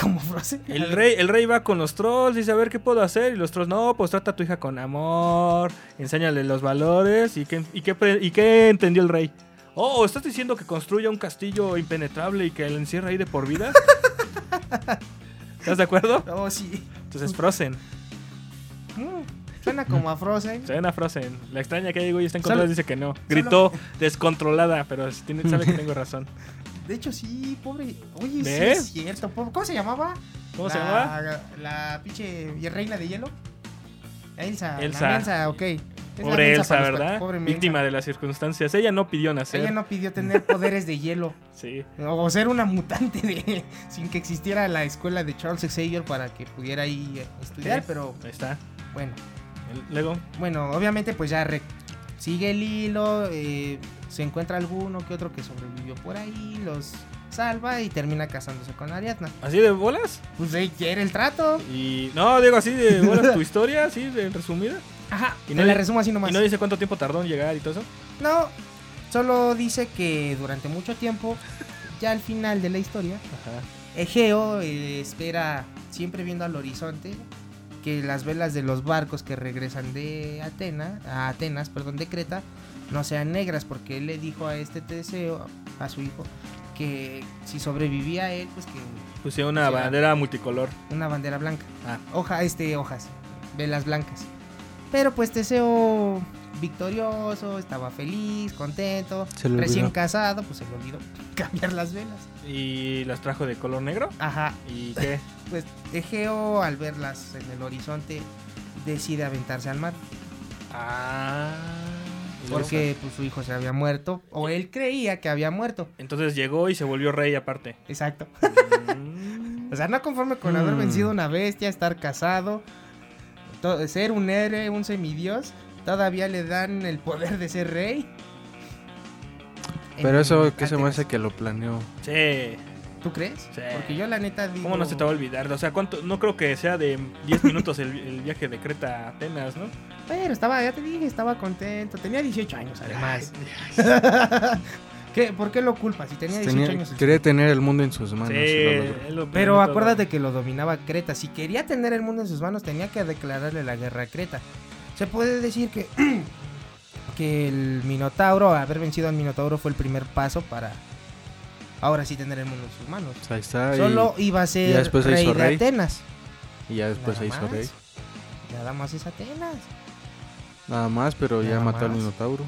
S4: Como Frozen.
S3: El rey, el rey va con los trolls, dice a ver qué puedo hacer. Y los trolls, no, pues trata a tu hija con amor, enséñale los valores. ¿Y qué, y qué, pre- y qué entendió el rey? Oh, ¿estás diciendo que construya un castillo impenetrable y que le encierra ahí de por
S4: (laughs)
S3: vida? ¿Estás de acuerdo?
S4: No, Oh, sí.
S3: Entonces Frozen.
S4: Mm, Suena como a Frozen.
S3: Suena Frozen. La extraña que digo y está en contra
S4: Solo-
S3: dice que no. Gritó descontrolada, pero tiene- sabe que tengo razón.
S4: De hecho, sí, pobre. Oye, sí
S3: ¿Ves?
S4: es cierto. po- ¿Cómo se llamaba?
S3: ¿Cómo se
S4: La-
S3: llamaba?
S4: La pinche reina de hielo. Elsa. la
S3: Elsa.
S4: Elsa, ok. Es la
S3: Pobre Elsa,
S4: para los-
S3: ¿verdad?
S4: Pobre Elsa.
S3: Víctima de las circunstancias. Ella no pidió nacer.
S4: Ella no pidió tener poderes de hielo.
S3: Sí.
S4: O ser una mutante de, (laughs) sin que existiera la escuela de Charles Xavier para que pudiera ahí eh, estudiar,
S3: Sí,
S4: pero
S3: Ahí está.
S4: bueno.
S3: El- Luego.
S4: Bueno, obviamente pues ya re- sigue el hilo, eh, se encuentra alguno que otro que sobrevivió por ahí, los salva y termina casándose con Ariadna.
S3: ¿Así de bolas?
S4: Pues ella quiere el trato.
S3: Y no, digo así de
S4: (laughs)
S3: bolas tu historia, así de resumida.
S4: Ajá,
S3: Y
S4: te la
S3: di-
S4: resumo así nomás.
S3: Y no dice cuánto tiempo tardó en llegar y todo eso.
S4: No, solo dice que durante mucho tiempo, ya al final de la historia,
S3: Ajá.
S4: Egeo eh, espera, siempre viendo al horizonte, que las velas de los barcos que regresan de Atenas, a Atenas, perdón, de Creta, no sean negras, porque él le dijo a este Teseo, a su hijo, que si sobrevivía él, pues que
S3: Puse una
S4: Sí,
S3: bandera multicolor.
S4: una bandera blanca,
S3: Ah.
S4: hoja, este, hojas, velas blancas. Pero pues Teseo victorioso, estaba feliz, contento,
S2: Se le
S4: recién
S2: olvidó.
S4: casado, pues se le olvidó (laughs) cambiar las velas.
S3: Y las trajo de color negro.
S4: Ajá,
S3: ¿Y
S4: (laughs)
S3: qué?
S4: pues Egeo al verlas en el horizonte decide aventarse al mar
S3: Ah.
S4: porque pues, su hijo se había muerto o él creía que había muerto.
S3: Entonces llegó y se volvió
S4: (laughs)
S3: rey aparte.
S4: Exacto. o sea, no conforme con haber
S3: Mm.
S4: vencido una bestia, estar casado, to- ser un héroe, un semidios, todavía le dan el poder de ser rey.
S2: Pero
S4: En
S2: eso, ¿qué se me
S4: Atenas.
S2: hace que lo planeó?
S3: Sí.
S4: ¿Tú crees?
S3: Sí.
S4: Porque yo la neta digo
S3: ¿Cómo no se te va a olvidar? O sea, ¿cuánto? No creo que sea de 10 minutos el, el viaje de Creta a Atenas, ¿no?
S4: Pero estaba, ya te dije, estaba contento. Tenía 18 años además. (laughs) ¿Qué? ¿Por qué lo culpas? Si tenía 18
S2: Tenía-
S4: años.
S2: quería tener el mundo en sus manos.
S3: Sí,
S2: y lo logró.
S3: él lo planeó
S4: Pero
S3: todo.
S4: acuérdate que lo dominaba Creta. Si quería tener el mundo en sus manos, tenía que declararle la guerra a Creta. Se puede decir que, (clears throat) que el Minotauro, haber vencido al Minotauro, fue el primer paso para ahora sí tener el mundo en sus manos.
S2: Pues ahí está. y-
S4: Solo iba a
S2: ya
S4: ser
S2: después se
S4: rey
S2: hizo
S4: de
S2: rey.
S4: Atenas.
S2: Y ya después se
S4: Nada
S2: hizo
S4: más.
S2: rey.
S4: Nada más es Atenas.
S2: Nada más, pero ya
S4: Nada
S2: mató al
S4: más.
S2: Minotauro.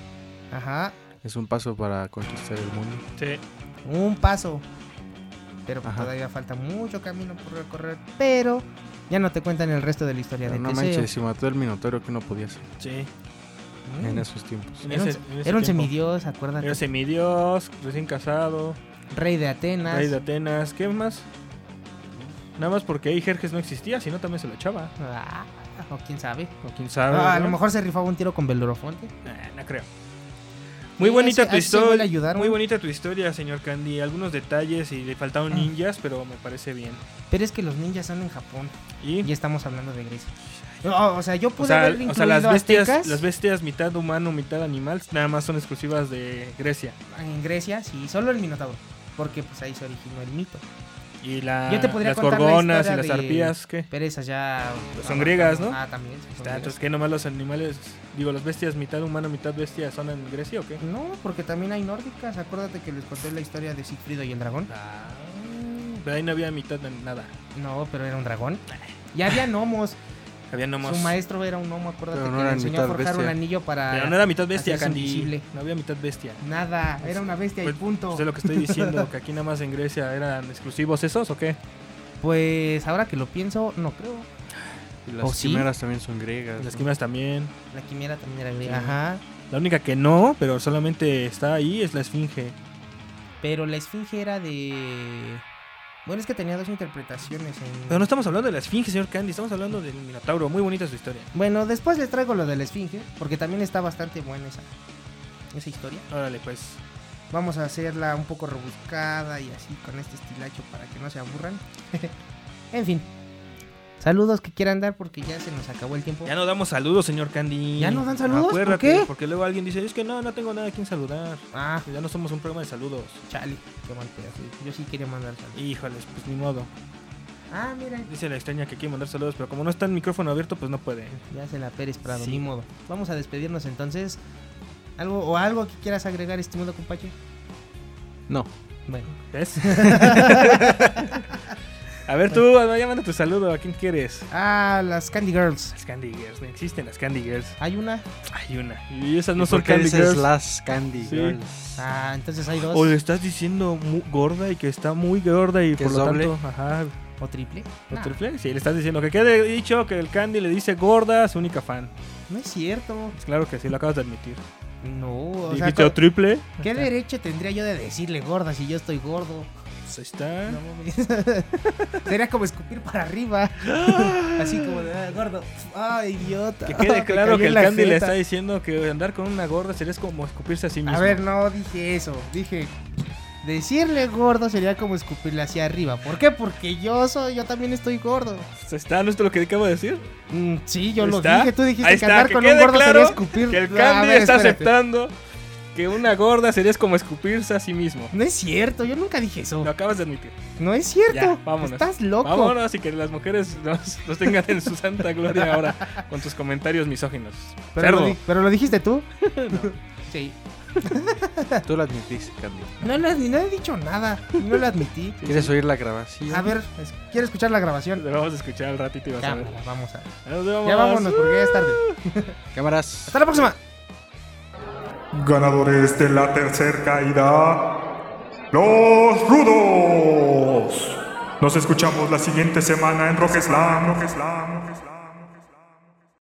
S4: Ajá,
S2: Es un paso para conquistar el mundo.
S3: Sí.
S4: un paso. Pero pues,
S2: Ajá.
S4: todavía falta mucho camino por recorrer. Pero Ya no te cuentan el resto de la historia
S2: Pero
S4: de
S2: no
S4: Teseo.
S2: manches, si mató el minotauro que no podía hacer.
S3: Sí. Mm.
S4: Mm.
S2: En esos tiempos.
S4: Era un- era un semidios, acuérdate.
S3: Era semidios, recién casado.
S4: Rey de Atenas.
S3: Rey de Atenas. ¿Qué más? Nada más porque ahí Jerjes no existía, sino también se lo echaba.
S4: Ah, o quién sabe.
S3: O quién sabe.
S4: Ah, a
S3: ¿no?
S4: lo mejor se rifaba un tiro con Belorofonte.
S3: Eh, no creo. Muy
S4: Sí,
S3: bonita
S4: así-
S3: tu
S4: así se igual le
S3: historia.
S4: ayudaron.
S3: Muy bonita tu historia, señor Candy. Algunos detalles y le
S4: Ah.
S3: faltaron ninjas, pero me parece bien.
S4: Pero es que los ninjas son en Japón.
S3: Y
S4: ya estamos hablando de Grecia. No, o sea, yo
S3: O
S4: pude
S3: sea,
S4: haber
S3: o
S4: incluido
S3: sea, las bestias,
S4: aztecas
S3: las bestias mitad humano, mitad animal, nada más son exclusivas de Grecia.
S4: en Grecia, sí, solo el Minotauro. Porque pues ahí se originó el mito.
S3: Y la-
S4: Yo te podría
S3: las
S4: contar la
S3: gorgonas y
S4: historia
S3: las
S4: de-
S3: arpías, ¿qué?
S4: Pero esas ya...
S3: Pues son griegas, ¿no?
S4: Ah, también. sí, son
S3: Está,
S4: griegas.
S3: entonces, ¿qué nomás los animales, digo, las bestias mitad humano, mitad bestia son en Grecia o qué?
S4: No, porque también hay nórdicas. Acuérdate que les conté la historia de Siegfried y el dragón.
S3: Pero ahí no había mitad de nada.
S4: No, pero era un dragón. Y había
S3: (laughs)
S4: gnomos.
S3: Había nomos.
S4: Su maestro era un gnomo, acuérdate
S3: Pero no
S4: que le
S3: eran
S4: enseñó a
S3: mitad
S4: forjar un
S3: bestia.
S4: anillo para.
S3: Pero no era mitad bestia,
S4: hacerse
S3: Candy.
S4: invisible.
S3: No había mitad bestia.
S4: Nada, era una bestia y
S3: Pues,
S4: punto.
S3: Usted lo que
S4: (laughs)
S3: estoy diciendo, que aquí nada más en Grecia eran exclusivos esos o qué?
S4: Pues ahora que lo pienso, no creo.
S2: Y las
S3: ¿O sí?
S2: quimeras también son griegas.
S3: Las
S2: ¿no?
S3: quimeras también.
S4: La quimera también era griega.
S3: Sí.
S4: Ajá.
S3: La única que no, pero solamente está ahí, es la esfinge.
S4: Pero la esfinge era de. Bueno, es que tenía dos interpretaciones. en-
S3: Pero no estamos hablando de la esfinge, señor Candy, estamos hablando del Minotauro. Muy bonita su historia.
S4: Bueno, después les traigo lo de la esfinge, porque también está bastante buena esa, esa historia.
S3: Órale, pues.
S4: Vamos a hacerla un poco rebuscada y así con este estilacho para que no se aburran. (laughs) en fin. Saludos que quieran dar porque ya se nos acabó el tiempo.
S3: Ya no damos saludos, señor Candy.
S4: ¿Ya no dan saludos? ¿Por
S3: Acuérdate,
S4: qué?
S3: porque luego alguien dice, es que no, no tengo nada a quien saludar.
S4: Ah.
S3: Ya no somos un programa de saludos.
S4: Chale, qué mal pedazo. Yo sí quería mandar saludos.
S3: Híjoles, pues ni modo.
S4: Ah, mira.
S3: Dice la extraña que quiere mandar saludos, pero como no está el micrófono abierto, pues no puede.
S4: Ya se la Pérez Prado,
S3: Sí.
S4: ni modo. Vamos a despedirnos entonces. ¿Algo o algo que quieras agregar, estimado compañero?
S2: No.
S4: Bueno.
S3: (laughs) ¿Ves? a ver tú, Alma, ya manda tu saludo. ¿A quién quieres?
S4: Ah, las Candy Girls.
S3: Las Candy Girls. No existen las Candy Girls.
S4: Hay una.
S3: Hay una. Y esas
S2: ¿Y
S3: no
S2: por
S3: son
S2: qué
S3: Candy
S2: dices
S3: Girls.
S2: las Candy
S3: Sí.
S2: Girls?
S4: Ah, entonces hay dos.
S3: O le estás diciendo mu- gorda y que está muy gorda y
S2: ¿Que
S3: por
S2: es
S3: lo
S2: doble?
S3: tanto. Ajá.
S4: ¿O triple?
S3: ¿O
S4: Nah.
S3: triple? Sí, le estás diciendo que quede dicho que el Candy le dice gorda a su única fan.
S4: No es cierto.
S3: Pues claro que sí, lo acabas de admitir.
S4: No, o sea,
S3: Dijiste o
S4: co-
S3: triple.
S4: ¿Qué derecho tendría yo de decirle gorda si yo estoy gordo?
S3: Pues ahí está.
S4: No mames. (laughs) Sería como escupir para arriba. Así como de ah, gordo. Ay, idiota.
S3: Que
S4: Me (laughs)
S3: quede
S4: cayó
S3: claro que
S4: en
S3: el
S4: la
S3: Candy le
S4: jeta.
S3: está diciendo que andar con una gorda sería es como escupirse a sí mismo.
S4: A ver, no dije eso. Dije. Decirle gordo sería como escupirle hacia arriba. ¿Por qué? Porque yo soy, yo también estoy gordo. Mm,
S3: Pues ahí está, ¿no es lo que acabo de decir?
S4: sí, yo
S3: Ahí
S4: lo
S3: está.
S4: dije. Tú dijiste
S3: Ahí
S4: que
S3: está,
S4: andar
S3: que
S4: con un
S3: quede
S4: gordo
S3: claro
S4: sería escupir.
S3: Que el
S4: Ah,
S3: Candy
S4: a ver,
S3: está
S4: espérate.
S3: aceptando que una gorda sería es como escupirse a sí mismo.
S4: No es cierto, yo nunca dije eso.
S3: Lo acabas de admitir.
S4: No es cierto.
S3: Ya, vámonos.
S4: Estás loco.
S3: Vámonos y que las mujeres nos, nos tengan en su santa gloria ahora con tus comentarios misóginos.
S4: Pero, lo
S3: Cerdo.
S4: di- pero lo dijiste
S3: (laughs)
S4: tú. Sí.
S2: Tú lo admitiste, Candy.
S4: No, lo admi- no he dicho nada. No lo admití.
S2: ¿Quieres oír la grabación?
S4: A ver, es- quiero escuchar la grabación.
S3: Lo vamos a escuchar al ratito y vas a
S4: Cámara,
S3: ver.
S4: vamos a ver.
S3: Nos vemos.
S4: Ya vámonos porque ya es tarde.
S2: Cámaras.
S4: Hasta la próxima.
S10: Ganadores de la tercera caída, los rudos. Nos escuchamos la siguiente semana en Rock Slam, Rock Slam, Rock Slam.